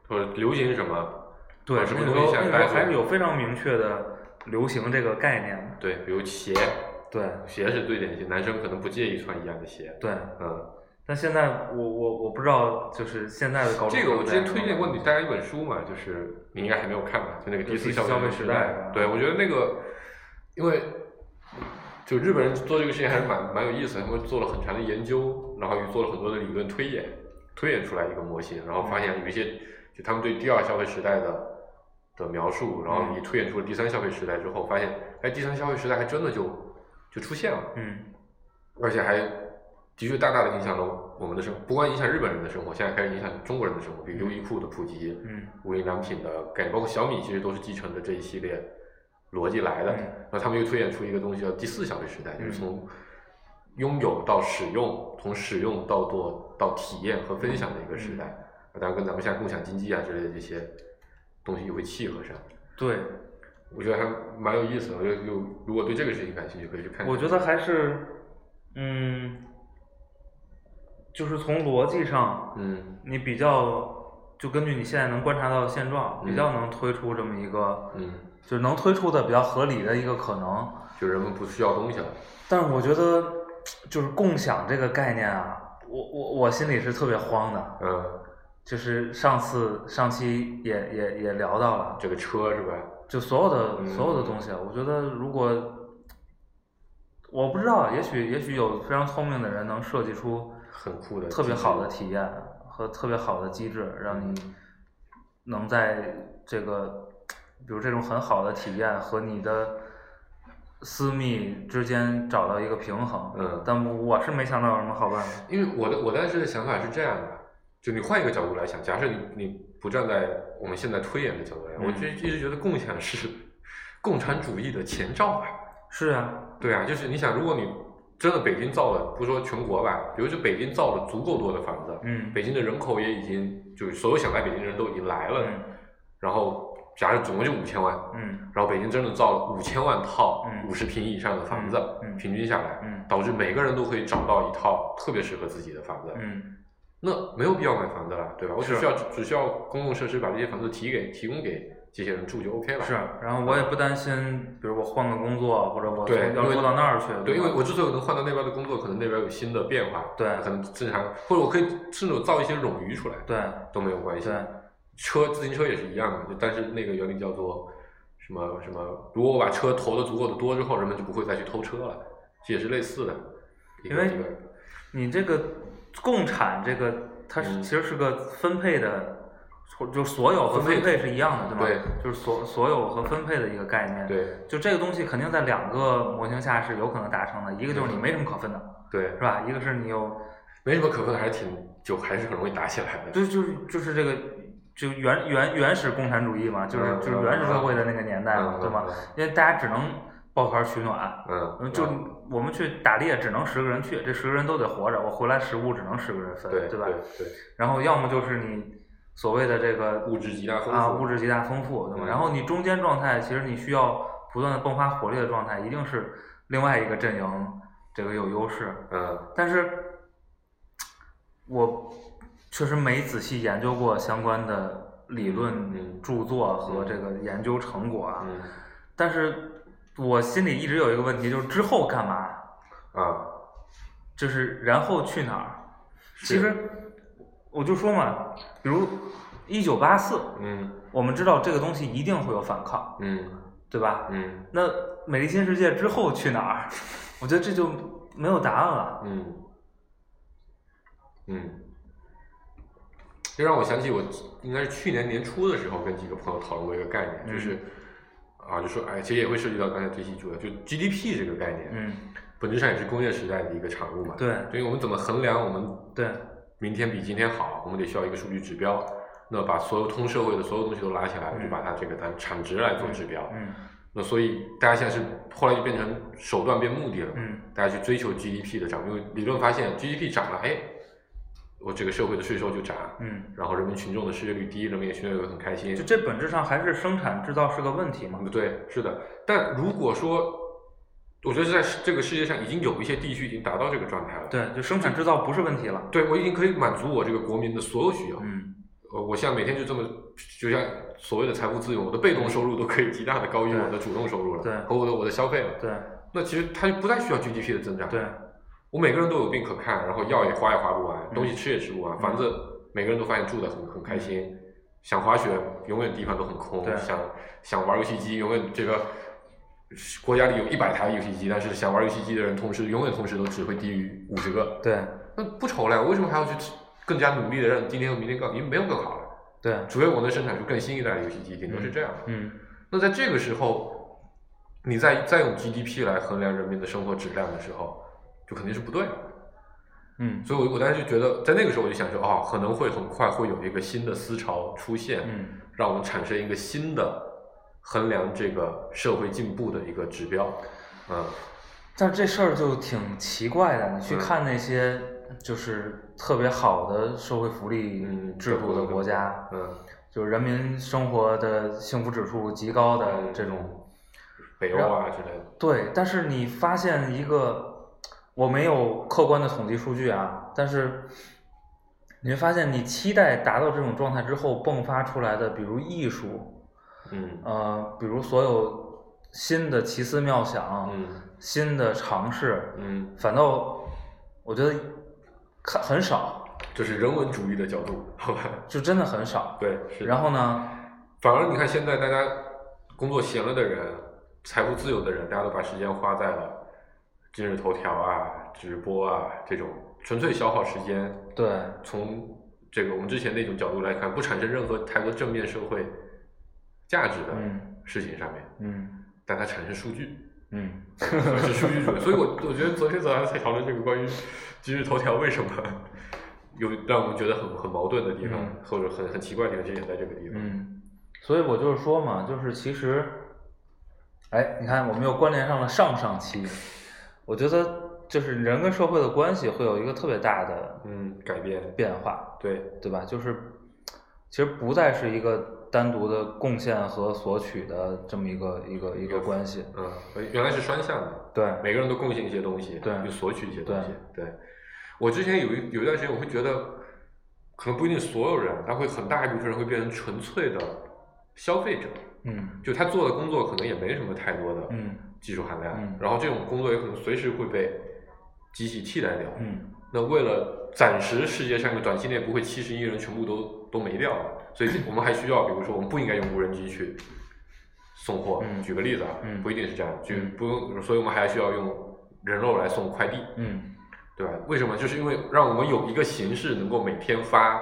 Speaker 3: 或者流行什么？
Speaker 2: 对，
Speaker 3: 啊什么
Speaker 2: 那个
Speaker 3: 东西
Speaker 2: 时候
Speaker 3: 想
Speaker 2: 那个时
Speaker 3: 带
Speaker 2: 候
Speaker 3: 回
Speaker 2: 还
Speaker 3: 来
Speaker 2: 是有非常明确的流行这个概念的。
Speaker 3: 对，比如鞋，
Speaker 2: 对
Speaker 3: 鞋是最典型，男生可能不介意穿一样的鞋，
Speaker 2: 对，
Speaker 3: 嗯，
Speaker 2: 但现在我我我不知道，就是现在的高中
Speaker 3: 这个我之前
Speaker 2: 生
Speaker 3: 推荐过你
Speaker 2: 怎么
Speaker 3: 大家一本书嘛，就是你应该还没有看吧，就那个
Speaker 2: 对
Speaker 3: 第四
Speaker 2: 第四消
Speaker 3: 费
Speaker 2: 费时代嗯
Speaker 3: 代，对我觉得那个，因为就日本人做这个事情还是蛮蛮有意思的，他们做了很长的研究，然后又做了很多的理论推演，推演出来一个模型，然后发现有一些就他们对第二消费时代的的描述，然
Speaker 2: 嗯
Speaker 3: 后你推演出了第三消费时代之后，发现哎，第三消费时代还真的就就出现了，
Speaker 2: 嗯
Speaker 3: 而且还的确大大的影响了我们的生活，不光影响日本人的生活，现在开始影响中国人的生活，比如优衣库的普及，
Speaker 2: 嗯
Speaker 3: 无印良品的概念，包括小米，其实都是继承着这一系列逻辑来的。
Speaker 2: 嗯
Speaker 3: 然后他们又推演出一个东西叫第四消费时代，就是
Speaker 2: 嗯
Speaker 3: 从拥有到使用，从使用到做到体验和分享的一个时代。
Speaker 2: 嗯
Speaker 3: 那当然跟咱们现在共享经济啊之类的这些东西又会契合上。
Speaker 2: 对，
Speaker 3: 我觉得还蛮有意思的，我觉得就如果对这个事情感兴趣，可以去看看。
Speaker 2: 我觉得还是嗯，就是从逻辑上，
Speaker 3: 嗯
Speaker 2: 你比较就根据你现在能观察到的现状，比
Speaker 3: 嗯
Speaker 2: 较能推出这么一个，
Speaker 3: 嗯，
Speaker 2: 就是能推出的比较合理的一个可能。
Speaker 3: 就人们不需要东西了。
Speaker 2: 但是我觉得，就是共享这个概念啊，我我我心里是特别慌的。
Speaker 3: 嗯，
Speaker 2: 就是上次上期也也也聊到了，
Speaker 3: 这个车是吧？
Speaker 2: 就所有的、
Speaker 3: 嗯
Speaker 2: 所有的东西啊，我觉得如果我不知道啊，也许也许有非常聪明的人能设计出
Speaker 3: 很酷的，
Speaker 2: 特别好的。体验和特别好的机制，让你
Speaker 3: 嗯
Speaker 2: 能在这个比如这种很好的体验和你的私密之间找到一个平衡。
Speaker 3: 嗯
Speaker 2: 但我是没想到有什么好办法。
Speaker 3: 因为我的我当时的想法是这样的，就你换一个角度来想，假设你你不站在我们现在推演的角度来，
Speaker 2: 嗯
Speaker 3: 我就一直觉得共享是共产主义的前兆啊。
Speaker 2: 是啊，
Speaker 3: 对啊，就是你想，如果你真的北京造了，不说全国吧，比如就北京造了足够多的房子，
Speaker 2: 嗯，
Speaker 3: 北京的人口也已经就是所有想来北京的人都已经来了，
Speaker 2: 嗯
Speaker 3: 然后假设总共就五千万，
Speaker 2: 嗯
Speaker 3: 然后北京真的造了五千万套
Speaker 2: 嗯
Speaker 3: 五十平以上的房子，
Speaker 2: 嗯嗯
Speaker 3: 平均下来，
Speaker 2: 嗯
Speaker 3: 导致每个人都可以找到一套特别适合自己的房子，
Speaker 2: 嗯
Speaker 3: 那没有必要买房子了，对吧？我只
Speaker 2: 是
Speaker 3: 需要只需要公共设施把这些房子提给提供给这些人住就 OK 了。
Speaker 2: 是，然后我也不担心，比如我换个工作，或者我
Speaker 3: 对
Speaker 2: 要
Speaker 3: 因为
Speaker 2: 落到那儿去，
Speaker 3: 对，因
Speaker 2: 吧
Speaker 3: 为我之所以能换到那边的工作，可能那边有新的变化，
Speaker 2: 对
Speaker 3: 可能正常，或者我可以甚至我造一些冗余出来，
Speaker 2: 对
Speaker 3: 都没有关系。
Speaker 2: 对，
Speaker 3: 车自行车也是一样的，就但是那个原理叫做什么什么，如果我把车投的足够的多之后，人们就不会再去偷车了，这也是类似的。一个
Speaker 2: 因为
Speaker 3: 一个
Speaker 2: 你这个共产这个，它是
Speaker 3: 嗯
Speaker 2: 其实是个分配的，或就所有和
Speaker 3: 分
Speaker 2: 分
Speaker 3: 配
Speaker 2: 配是一样的，对吗？
Speaker 3: 对，
Speaker 2: 就是所所有和分配的一个概念。，
Speaker 3: 对
Speaker 2: 就这个东西肯定在两个模型下是有可能达成的，一个就是你没什么可分的，
Speaker 3: 对
Speaker 2: 是，吧？一个是你有，
Speaker 3: 没什么可分的，还是挺就还是很容易打起来的。
Speaker 2: 就就是就是这个。就原原原始共产主义嘛，就是
Speaker 3: 嗯
Speaker 2: 就是
Speaker 3: 嗯
Speaker 2: 原始社会的
Speaker 3: 嗯
Speaker 2: 那个年代嘛，
Speaker 3: 嗯
Speaker 2: 对吗
Speaker 3: 嗯？
Speaker 2: 因为大家只能抱团取暖，
Speaker 3: 嗯，
Speaker 2: 嗯，就
Speaker 3: 嗯
Speaker 2: 我们去打猎，只能十个人去，这十个人都得活着。我回来食物只能十个人分，
Speaker 3: 对
Speaker 2: 吧？
Speaker 3: 对，
Speaker 2: 然后要么就是你所谓的这个
Speaker 3: 物质极大丰富
Speaker 2: 啊，物质极大丰富，对吧？
Speaker 3: 嗯
Speaker 2: 然后你中间状态，其实你需要不断的迸发活力的状态，一定是另外一个阵营这个有优势。
Speaker 3: 嗯
Speaker 2: 但是，我确实没仔细研究过相关的理论
Speaker 3: 嗯
Speaker 2: 著作和这个研究成果啊。
Speaker 3: 嗯
Speaker 2: 但是我心里一直有一个问题，就是之后干嘛？
Speaker 3: 啊，
Speaker 2: 就是然后去哪儿？
Speaker 3: 是
Speaker 2: 其实我就说嘛，比如一九八四，
Speaker 3: 嗯
Speaker 2: 我们知道这个东西一定会有反抗，
Speaker 3: 嗯
Speaker 2: 对吧？
Speaker 3: 嗯
Speaker 2: 那美丽新世界之后去哪儿？我觉得这就没有答案了。
Speaker 3: 嗯嗯，这让我想起我应该是去年年初的时候跟几个朋友讨论过一个概念，
Speaker 2: 嗯
Speaker 3: 就是啊，就说哎，其实也会涉及到刚才最新说的，就 GDP 这个概念，
Speaker 2: 嗯，
Speaker 3: 本质上也是工业时代的一个产物嘛。，
Speaker 2: 对
Speaker 3: 所以我们怎么衡量我们
Speaker 2: 对，
Speaker 3: 明天比今天好，我们得需要一个数据指标。那把所有通社会的所有东西都拉起来，
Speaker 2: 嗯
Speaker 3: 就把它这个当产值来做指标。
Speaker 2: 嗯
Speaker 3: 那所以大家现在是后来就变成手段变目的了，
Speaker 2: 嗯
Speaker 3: 大家去追求 GDP 的涨，因为理论发现 GDP 涨了，哎，我这个社会的税收就涨，
Speaker 2: 嗯，
Speaker 3: 然后人民群众的失业率低，人民也群众也很开心
Speaker 2: 就。这本质上还是生产制造是个问题嘛
Speaker 3: 嗯。对，是的。但如果说，我觉得在这个世界上已经有一些地区已经达到这个状态了，
Speaker 2: 对，就生产制造不是问题了。
Speaker 3: 对我已经可以满足我这个国民的所有需要，
Speaker 2: 嗯
Speaker 3: 呃，我现在每天就这么，就像所谓的财务自由，我的被动收入都可以极大的高于
Speaker 2: 对
Speaker 3: 我的主动收入了，
Speaker 2: 对
Speaker 3: 和我的我的消费了。
Speaker 2: 对
Speaker 3: 那其实它就不再需要 GDP 的增长。
Speaker 2: 对，
Speaker 3: 我每个人都有病可看，然后药也花也花不完，东西吃也吃不完，
Speaker 2: 嗯
Speaker 3: 房子每个人都发现住的很很开心，想滑雪永远地方都很空
Speaker 2: 对，
Speaker 3: 想想玩游戏机永远这个国家里有一百台游戏机，但是想玩游戏机的人同时永远同时都只会低于五十个，
Speaker 2: 对
Speaker 3: 那不愁了，我为什么还要去更加努力的让今天和明天更好？因为没有更好了，
Speaker 2: 对，
Speaker 3: 除非我能生产出更新一代的游戏机，顶多是这样。
Speaker 2: 嗯
Speaker 3: 那在这个时候，你再再用 GDP 来衡量人民的生活质量的时候，就肯定是不对的。
Speaker 2: 嗯
Speaker 3: 所以我，我当时就觉得，在那个时候我就想说，哦，可能会很快会有一个新的思潮出现，
Speaker 2: 嗯
Speaker 3: 让我们产生一个新的衡量这个社会进步的一个指标。嗯，
Speaker 2: 但这事儿就挺奇怪的，你去看那些就是特别好的社会福利
Speaker 3: 嗯
Speaker 2: 制度的国家，
Speaker 3: 嗯，
Speaker 2: 就是人民生活的幸福指数极高的这种，
Speaker 3: 北欧啊之类的，
Speaker 2: 对。但是你发现一个，我没有客观的统计数据啊，但是你会发现，你期待达到这种状态之后迸发出来的，比如艺术，
Speaker 3: 嗯
Speaker 2: 呃，比如所有新的奇思妙想，
Speaker 3: 嗯
Speaker 2: 新的尝试，
Speaker 3: 嗯，
Speaker 2: 反倒我觉得看很少，
Speaker 3: 这是人文主义的角度，好吧？
Speaker 2: 就真的很少。
Speaker 3: 对，是。
Speaker 2: 然后呢，
Speaker 3: 反而你看现在大家工作闲了的人，财富自由的人，大家都把时间花在了今日头条啊、直播啊这种纯粹消耗时间。
Speaker 2: 对
Speaker 3: 从这个我们之前那种角度来看，不产生任何太多正面社会价值的
Speaker 2: 嗯
Speaker 3: 事情上面，
Speaker 2: 嗯
Speaker 3: 但它产生数据，
Speaker 2: 嗯，
Speaker 3: 是数据主义。所以我我觉得昨天早上才讨论这个关于今日头条为什么有让我们觉得很很矛盾的地方，
Speaker 2: 嗯
Speaker 3: 或者很很奇怪的地方，其实也在这个地方。
Speaker 2: 嗯，所以我就是说嘛，就是其实，哎，你看我们又关联上了上上期，我觉得就是人跟社会的关系会有一个特别大的
Speaker 3: 嗯，改变，
Speaker 2: 变化，
Speaker 3: 对。
Speaker 2: 对吧？就是其实不再是一个单独的贡献和索取的这么一个一个一个关系，
Speaker 3: 嗯，呃原来是双向的，
Speaker 2: 对
Speaker 3: 每个人都贡献一些东西，
Speaker 2: 对
Speaker 3: 又索取一些东西。对，我之前有一有一段时间，我会觉得，可能不一定所有人，但会很大一部分人会变成纯粹的消费者，
Speaker 2: 嗯
Speaker 3: 就他做的工作可能也没什么太多的
Speaker 2: 嗯
Speaker 3: 技术含量，
Speaker 2: 嗯
Speaker 3: 然后这种工作也可能随时会被机器替代掉。
Speaker 2: 嗯
Speaker 3: 那为了暂时世界上的短期内不会七十亿人全部都都没掉了，所以我们还需要，比如说我们不应该用无人机去送货。
Speaker 2: 嗯
Speaker 3: 举个例子啊，
Speaker 2: 嗯
Speaker 3: 不一定是这样，就
Speaker 2: 嗯
Speaker 3: 不用，所以我们还需要用人肉来送快递，
Speaker 2: 嗯
Speaker 3: 对吧？为什么？就是因为让我们有一个形式能够每天发，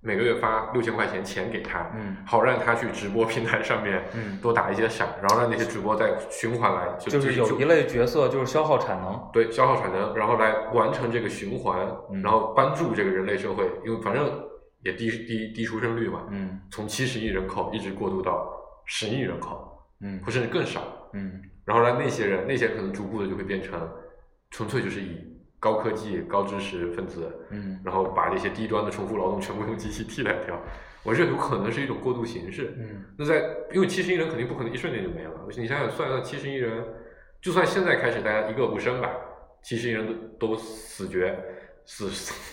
Speaker 3: 每个月发六千块钱钱给他，
Speaker 2: 嗯
Speaker 3: 好让他去直播平台上面
Speaker 2: 嗯，
Speaker 3: 多打一些赏，然后让那些直播再循环来，就
Speaker 2: 就是有一类角色就是消耗产能，
Speaker 3: 对，消耗产能，然后来完成这个循环，
Speaker 2: 嗯
Speaker 3: 然后帮助这个人类社会，因为反正也低低低出生率嘛，
Speaker 2: 嗯
Speaker 3: 从七十亿人口一直过渡到十亿人口，
Speaker 2: 嗯
Speaker 3: 或甚至更少，
Speaker 2: 嗯
Speaker 3: 然后让那些人，那些可能逐步的就会变成纯粹就是以高科技、高知识分子，
Speaker 2: 嗯
Speaker 3: 然后把这些低端的重复劳动全部用机器替代掉，我觉得有可能是一种过渡形式，
Speaker 2: 嗯
Speaker 3: 那在因为七十亿人肯定不可能一瞬间就没了，你想想算算七十亿人，就算现在开始大家一个不剩吧，七十亿人都都死绝，死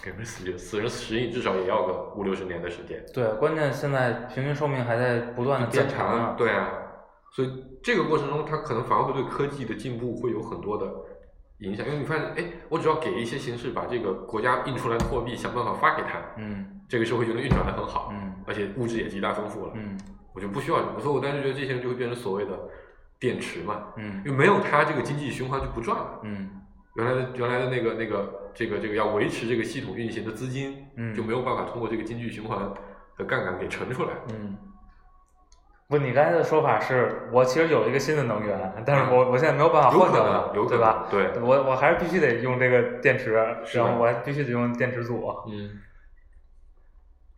Speaker 3: 也不是死绝，死人十亿至少也要个五六十年的时间，
Speaker 2: 对，关键现在平均寿命还在不断的
Speaker 3: 增
Speaker 2: 变
Speaker 3: 长
Speaker 2: 长
Speaker 3: 啊
Speaker 2: 啊，
Speaker 3: 对啊，所以这个过程中它可能反而会对科技的进步会有很多的影响，因为你发现，哎，我只要给一些形式把这个国家印出来的货币想办法发给他，
Speaker 2: 嗯
Speaker 3: 这个社会就能运转的很好，
Speaker 2: 嗯
Speaker 3: 而且物质也极大丰富了，
Speaker 2: 嗯
Speaker 3: 我就不需要你，所以我当时觉得这些人就会变成所谓的电池嘛，因
Speaker 2: 嗯
Speaker 3: 为没有它这个经济循环就不转了。
Speaker 2: 嗯
Speaker 3: 原来的原来的那个那个这个这个要维持这个系统运行的资金，
Speaker 2: 嗯
Speaker 3: 就没有办法通过这个经济循环的杠杆给乘出来。
Speaker 2: 嗯。不，你刚才的说法是我其实有一个新的能源，但是我我现嗯在没有办法
Speaker 3: 有
Speaker 2: 换
Speaker 3: 可
Speaker 2: 掉它，
Speaker 3: 能，有可
Speaker 2: 对
Speaker 3: 能，
Speaker 2: 吧？
Speaker 3: 对，
Speaker 2: 我我还是必须得用这个电池，
Speaker 3: 是
Speaker 2: 然
Speaker 3: 的
Speaker 2: 后我还必须得用电池组。啊
Speaker 3: 嗯，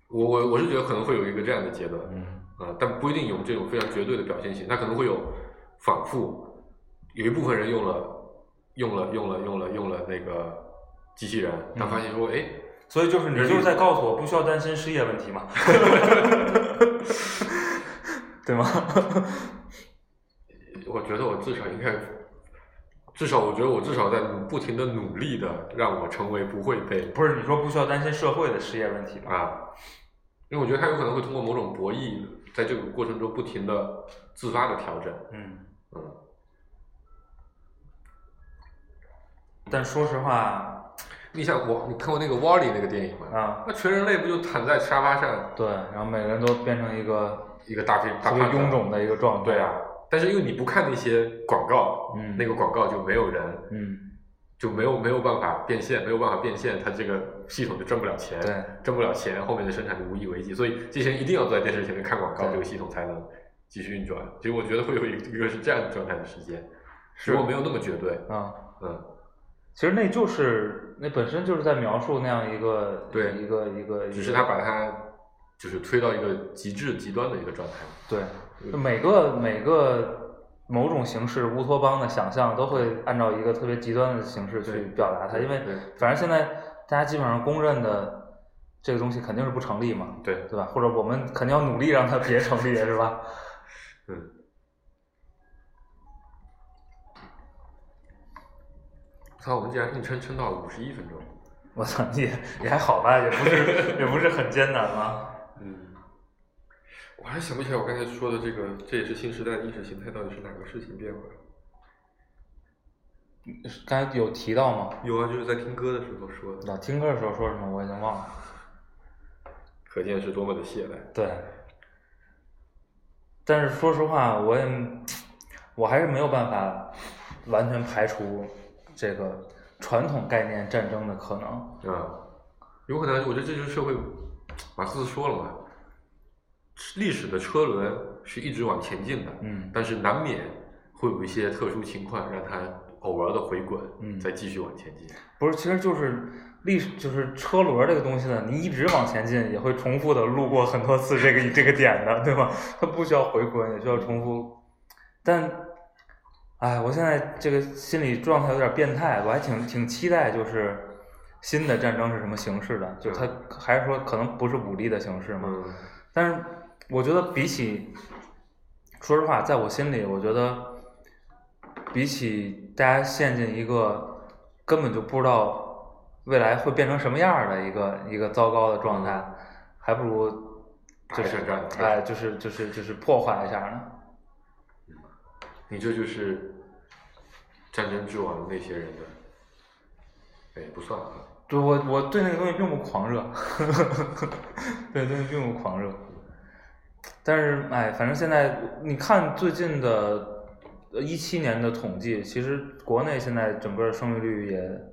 Speaker 3: 我我我是觉得可能会有一个这样的阶段，
Speaker 2: 嗯
Speaker 3: 啊、但不一定有这种非常绝对的表现型，它可能会有反复，有一部分人用了用了用了用了用了那个机器人，他发现说，哎、
Speaker 2: 所以就是
Speaker 3: 你就是在
Speaker 2: 告诉我不需要担心失业问题嘛， 对吗？
Speaker 3: 我觉得我至少应该，至少我觉得我至少在努不停的努力的让我成为不会被
Speaker 2: 不是，你说不需要担心社会的失业问题吗？
Speaker 3: 啊，因为我觉得他有可能会通过某种博弈，在这个过程中不停的自发的调整。
Speaker 2: 嗯，
Speaker 3: 嗯，
Speaker 2: 但说实话
Speaker 3: 你想我，你看过那个《Wall-E》那个电影吗？
Speaker 2: 啊，
Speaker 3: 那全人类不就躺在沙发上，
Speaker 2: 对，然后每个人都变成一个
Speaker 3: 一个大肥大
Speaker 2: 特别
Speaker 3: 胖子
Speaker 2: 臃肿的一个状态。
Speaker 3: 对啊，，但是因为你不看那些广告，
Speaker 2: 嗯
Speaker 3: 那个广告就没有人，
Speaker 2: 嗯，
Speaker 3: 就没有没有办法变现，没有办法变现，它这个系统就挣不了钱，
Speaker 2: 对，
Speaker 3: 挣不了钱，后面的生产就无以为继，所以这些人一定要坐在电视前面看广告，
Speaker 2: 对
Speaker 3: 这个系统才能继续运转。其实我觉得会有一个一个是这样的状态的时间，
Speaker 2: 是
Speaker 3: 如果没有那么绝对，
Speaker 2: 啊，
Speaker 3: 嗯，
Speaker 2: 其实那就是那本身就是在描述那样一个
Speaker 3: 对
Speaker 2: 一个一个，
Speaker 3: 只
Speaker 2: 一
Speaker 3: 是
Speaker 2: 个
Speaker 3: 他把它就是推到一个极致极端的一个状态。
Speaker 2: 对，就每个每个某种形式乌托邦的想象都会按照一个特别极端的形式
Speaker 3: 对
Speaker 2: 去表达它，因为
Speaker 3: 对
Speaker 2: 反正现在大家基本上公认的这个东西肯定是不成立嘛，
Speaker 3: 对，
Speaker 2: 对吧？或者我们肯定要努力让它别成立，是吧？
Speaker 3: 嗯。操，我们竟然硬撑撑到了五十一分钟。
Speaker 2: 我操，也也还好吧，也不是也不是很艰难啊嘛。
Speaker 3: 嗯，我还想不起来我刚才说的这个，这也是新时代意识形态到底是哪个事情变化？
Speaker 2: 刚才有提到吗？
Speaker 3: 有啊，就是在听歌的时候说的。
Speaker 2: 老听歌的时候说什么我已经忘了。
Speaker 3: 可见是多么的懈怠。
Speaker 2: 对，但是说实话，我也我还是没有办法完全排除这个传统概念战争的可能。
Speaker 3: 啊，有可能，我觉得这就是社会。马克思说了嘛，历史的车轮是一直往前进的，
Speaker 2: 嗯
Speaker 3: 但是难免会有一些特殊情况让它偶尔的回滚，
Speaker 2: 嗯
Speaker 3: 再继续往前进。
Speaker 2: 不是，其实就是历史，就是车轮儿这个东西呢，你一直往前进，也会重复的路过很多次这个这个点的，对吧？它不需要回滚，也需要重复。但，哎，我现在这个心理状态有点变态，我还挺挺期待，就是新的战争是什么形式的？就它还是说可能不是武力的形式嘛？
Speaker 3: 嗯
Speaker 2: 但是我觉得比起，说实话，在我心里，我觉得比起大家陷进一个根本就不知道未来会变成什么样儿的一个一个糟糕的状态，还不如就
Speaker 3: 打一
Speaker 2: 是
Speaker 3: 场仗
Speaker 2: 哎，就是就是就是破坏一下呢。
Speaker 3: 你这就是战争之王那些人的，哎，不算啊。
Speaker 2: 对我我对那个东西并不狂热， 对东西并不狂热，但是哎，反正现在你看最近的一七年的统计，其实国内现在整个生育率也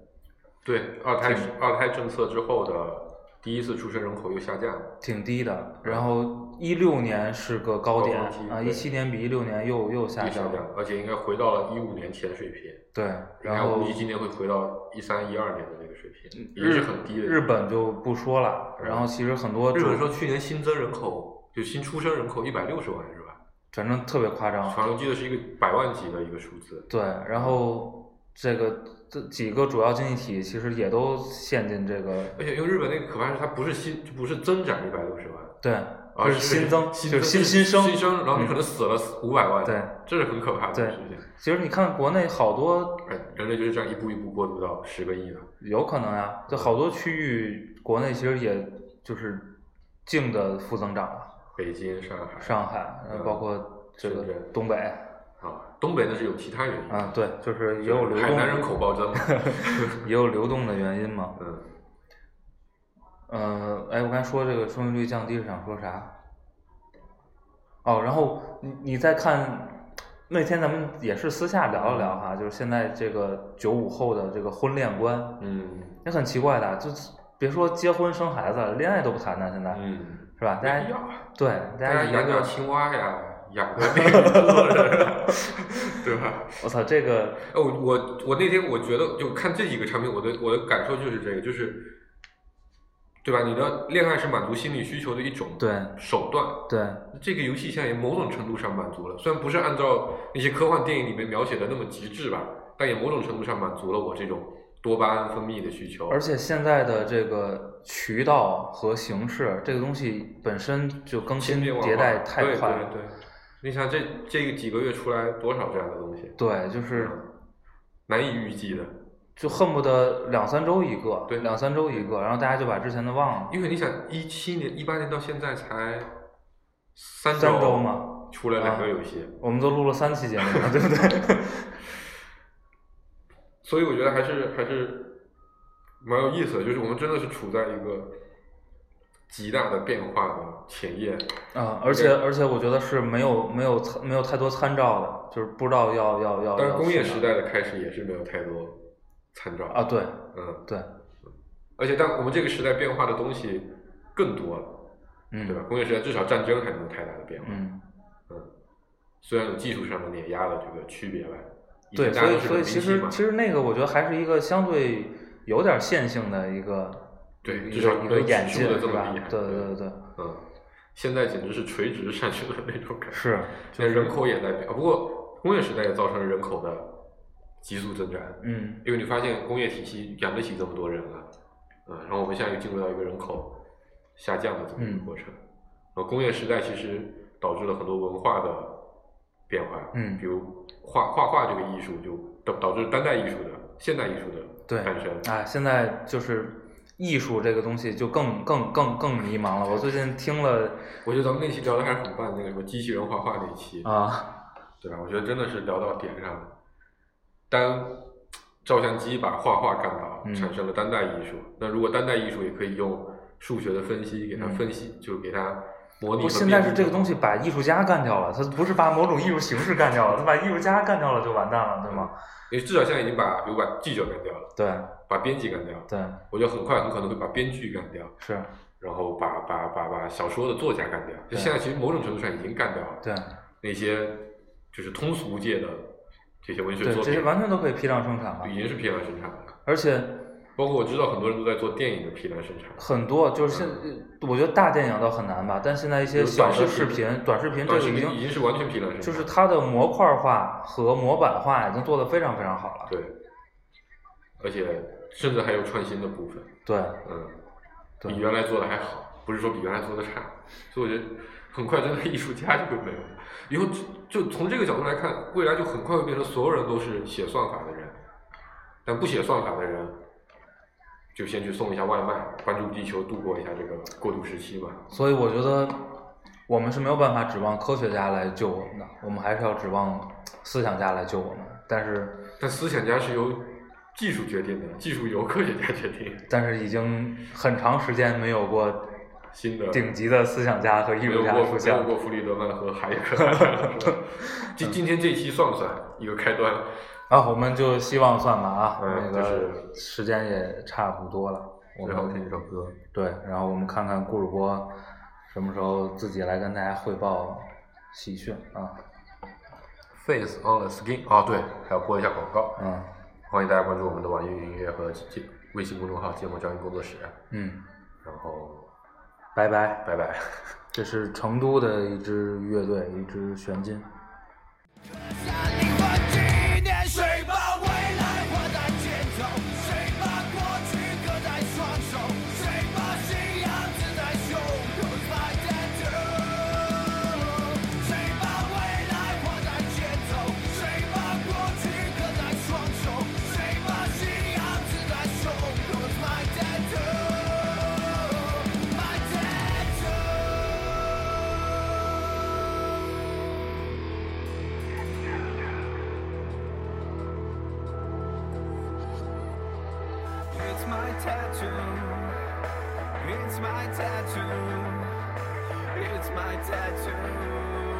Speaker 3: 对，二胎二胎政策之后的第一次出生人口又下降了。
Speaker 2: 挺低的，然后一六年是个高点
Speaker 3: 嗯高峰期
Speaker 2: 啊，
Speaker 3: 对
Speaker 2: 一七年比一六年又又下
Speaker 3: 又下
Speaker 2: 降
Speaker 3: 降，而且应该回到了一五年前水平。
Speaker 2: 对，
Speaker 3: 应该
Speaker 2: 然
Speaker 3: 我
Speaker 2: 后
Speaker 3: 估计今年会回到一三一二年的那个水平，也
Speaker 2: 日
Speaker 3: 是很低的。
Speaker 2: 日本就不说了，然后其实很多
Speaker 3: 嗯日本
Speaker 2: 就
Speaker 3: 说去年新增人口就新出生人口一百六十万是吧？
Speaker 2: 反正特别夸张，
Speaker 3: 好像记得是一个百万级的一个数字。
Speaker 2: 对，然后这个这几个主要经济体其实也都陷进这个，
Speaker 3: 而且因为日本那个可怕是它不是新就不是增长一百六十万，
Speaker 2: 对，
Speaker 3: 而
Speaker 2: 就是新增，
Speaker 3: 新
Speaker 2: 就是新新生，
Speaker 3: 啊新生，然后你
Speaker 2: 嗯
Speaker 3: 可能死了五百万，
Speaker 2: 对，
Speaker 3: 这是很可怕的
Speaker 2: 对
Speaker 3: 事情。
Speaker 2: 其实你看国内好多
Speaker 3: 哎，人类就是这样一步一步过渡到十个亿的。
Speaker 2: 有可能呀、就好多区域国内其实也就是净的负增长了，
Speaker 3: 北京、上海、
Speaker 2: 上海，呃
Speaker 3: 嗯
Speaker 2: 包括这个
Speaker 3: 深圳
Speaker 2: 东北，
Speaker 3: 啊，东北那是有其他原因，
Speaker 2: 啊，对，就是也
Speaker 3: 就
Speaker 2: 有
Speaker 3: 是
Speaker 2: 流
Speaker 3: 海
Speaker 2: 动，
Speaker 3: 南人口暴增。
Speaker 2: 也有流动的原因嘛。
Speaker 3: 嗯，
Speaker 2: 呃，哎，我刚才说这个生育率降低是想说啥？哦，然后你你再看，那天咱们也是私下聊了聊哈，就是现在这个九五后的这个婚恋观，
Speaker 3: 嗯
Speaker 2: 也很奇怪的，就是别说结婚生孩子了，恋爱都不谈呢，现在、
Speaker 3: 嗯，
Speaker 2: 是吧？大家
Speaker 3: 没必要
Speaker 2: 对
Speaker 3: 大
Speaker 2: 大
Speaker 3: 家
Speaker 2: 家一
Speaker 3: 养养
Speaker 2: 个，
Speaker 3: 青蛙呀， 养个那个 对吧？
Speaker 2: 我操，这个
Speaker 3: 哎，我我我那天我觉得就看这几个产品，我的我的感受就是这个，就是对吧？你的恋爱是满足心理需求的一种
Speaker 2: 对
Speaker 3: 手段，
Speaker 2: 对
Speaker 3: 这个游戏现在也某种程度上满足了，虽然不是按照那些科幻电影里面描写的那么极致吧，但也某种程度上满足了我这种多巴胺分泌的需求。
Speaker 2: 而且现在的这个渠道和形式，这个东西本身就更新
Speaker 3: 千变万化
Speaker 2: 迭代太快了。
Speaker 3: 对对对，你想这这几个月出来多少这样的东西，
Speaker 2: 对，就是
Speaker 3: 难以预计的。
Speaker 2: 就恨不得两三周一个，
Speaker 3: 对
Speaker 2: 两三周一个，然后大家就把之前的忘了。
Speaker 3: 因为你想，一七年、一八年到现在才三
Speaker 2: 三周嘛，啊
Speaker 3: 出来两个游戏，
Speaker 2: 我们都录了三期节目了，对不对？
Speaker 3: 所以我觉得还是还是蛮有意思的，就是我们真的是处在一个极大的变化的前夜。
Speaker 2: 啊，而且而且我觉得是没有没有参没有太多参照的，就是不知道要要要。
Speaker 3: 当然，
Speaker 2: 要
Speaker 3: 工业
Speaker 2: 去哪
Speaker 3: 时代的开始也是没有太多参照
Speaker 2: 啊，，对
Speaker 3: 嗯，
Speaker 2: 对，
Speaker 3: 而且但我们这个时代变化的东西更多了，
Speaker 2: 嗯，
Speaker 3: 对吧？工业时代至少战争还没有太大的变化，
Speaker 2: 嗯，
Speaker 3: 虽然有技术上的碾压的这个区别吧。以前
Speaker 2: 对，所
Speaker 3: 大家
Speaker 2: 以
Speaker 3: 都是
Speaker 2: 所以
Speaker 3: 冷兵
Speaker 2: 其
Speaker 3: 器
Speaker 2: 实
Speaker 3: 嘛
Speaker 2: 其实那个我觉得还是一个相对有点线性的一个
Speaker 3: 对
Speaker 2: 一
Speaker 3: 至
Speaker 2: 个
Speaker 3: 少
Speaker 2: 一
Speaker 3: 没
Speaker 2: 个
Speaker 3: 有
Speaker 2: 演
Speaker 3: 指
Speaker 2: 进
Speaker 3: 数的这
Speaker 2: 是
Speaker 3: 么
Speaker 2: 吧
Speaker 3: 厉害？
Speaker 2: 对
Speaker 3: 对
Speaker 2: 对对，
Speaker 3: 嗯，现在简直是垂直上去的那种感觉。
Speaker 2: 是
Speaker 3: 现在人口也在变，啊不过工业时代也造成了人口的急速增长，
Speaker 2: 嗯
Speaker 3: 因为你发现工业体系养得起这么多人了，嗯，然后我们现在又进入到一个人口下降的这么一
Speaker 2: 嗯
Speaker 3: 个过程。然后工业时代其实导致了很多文化的变化，
Speaker 2: 嗯
Speaker 3: 比如画画画这个艺术就导导致当代艺术的现代艺术
Speaker 2: 对
Speaker 3: 的诞生，
Speaker 2: 哎，现在就是。艺术这个东西就更更更更迷茫了。我最近听了
Speaker 3: 我觉得咱们那期聊的还是很棒，那个什么机器人画画那一期，
Speaker 2: 啊，
Speaker 3: 对吧？我觉得真的是聊到点上了。当照相机把画画干倒
Speaker 2: 嗯，
Speaker 3: 产生了当代艺术。那如果当代艺术也可以用数学的分析给它
Speaker 2: 嗯
Speaker 3: 分析，就是给它模
Speaker 2: 不，
Speaker 3: 拟和
Speaker 2: 现在
Speaker 3: 辨
Speaker 2: 是
Speaker 3: 析
Speaker 2: 这个东西把艺术家干掉了，他不是把某种艺术形式干掉了，他把艺术家干掉了就完蛋了，对吗？
Speaker 3: 因为至少现在已经把，比如把记者干掉了，
Speaker 2: 对
Speaker 3: 把编辑干掉了，
Speaker 2: 对
Speaker 3: 我觉得很快很可能会把编剧干掉，
Speaker 2: 是，
Speaker 3: 然后把把把把小说的作家干掉。就
Speaker 2: 对
Speaker 3: 现在其实某种程度上已经干掉了
Speaker 2: 对
Speaker 3: 那些就是通俗界的这些文学
Speaker 2: 对，
Speaker 3: 作
Speaker 2: 这
Speaker 3: 品
Speaker 2: 些，完全都可以批量生产了，
Speaker 3: 已经是批量生产了。
Speaker 2: 而且
Speaker 3: 包括我知道很多人都在做电影的批量生产，
Speaker 2: 很多就是现，我觉得大电影倒很难吧，但现在一些
Speaker 3: 嗯有
Speaker 2: 小
Speaker 3: 短
Speaker 2: 的视
Speaker 3: 视
Speaker 2: 频
Speaker 3: 频、
Speaker 2: 短视频这
Speaker 3: 短
Speaker 2: 个
Speaker 3: 视
Speaker 2: 已
Speaker 3: 频已
Speaker 2: 经
Speaker 3: 经是完全批量生产，
Speaker 2: 就是它的模块化和模板化已经做得非常非常好了。
Speaker 3: 对，而且甚至还有创新的部分，
Speaker 2: 对
Speaker 3: 嗯，
Speaker 2: 对
Speaker 3: 比原来做的还好，不是说比原来做的差，所以我觉得很快真的艺术家就会没有，以后就就从这个角度来看，未来就很快会变成所有人都是写算法的人，但不写算法的人。就先去送一下外卖，关注地球，度过一下这个过渡时期吧。
Speaker 2: 所以我觉得我们是没有办法指望科学家来救我们的，我们还是要指望思想家来救我们。但是
Speaker 3: 但思想家是由技术决定的，技术由科学家决定。
Speaker 2: 但是已经很长时间没有过
Speaker 3: 新的
Speaker 2: 顶级的思想家和艺
Speaker 3: 没
Speaker 2: 术
Speaker 3: 有
Speaker 2: 家
Speaker 3: 过
Speaker 2: 出
Speaker 3: 没
Speaker 2: 现
Speaker 3: 有
Speaker 2: 了。
Speaker 3: 过弗里德曼和海克。 今今天这一期算不算一个开端？
Speaker 2: 啊，我们就希望算吧啊，
Speaker 3: 嗯
Speaker 2: 那个
Speaker 3: 就
Speaker 2: 时间也差不多了，我
Speaker 3: 最后
Speaker 2: 们
Speaker 3: 听一首歌。
Speaker 2: 对，然后我们看看顾主播什么时候自己来跟大家汇报喜讯啊，
Speaker 3: Face on the Skin 啊，对，还要播一下广告。
Speaker 2: 嗯
Speaker 3: 欢迎大家关注我们的网易云音乐和微信公众号“芥末教育工作室
Speaker 2: 嗯，”。
Speaker 3: 然后，
Speaker 2: 拜拜，
Speaker 3: 拜拜。
Speaker 2: 这是成都的一支乐队，一支弦金。
Speaker 5: 山灵魂纪念，谁把未来画在肩头？谁把过去搁在双手？谁把信仰刺在胸口？My tattoo。谁把未来画在肩头？谁把过去搁在双手？谁把信仰刺在胸口？My tattoo，My tattoo。It's my tattoo. It's my tattoo. It's my tattoo.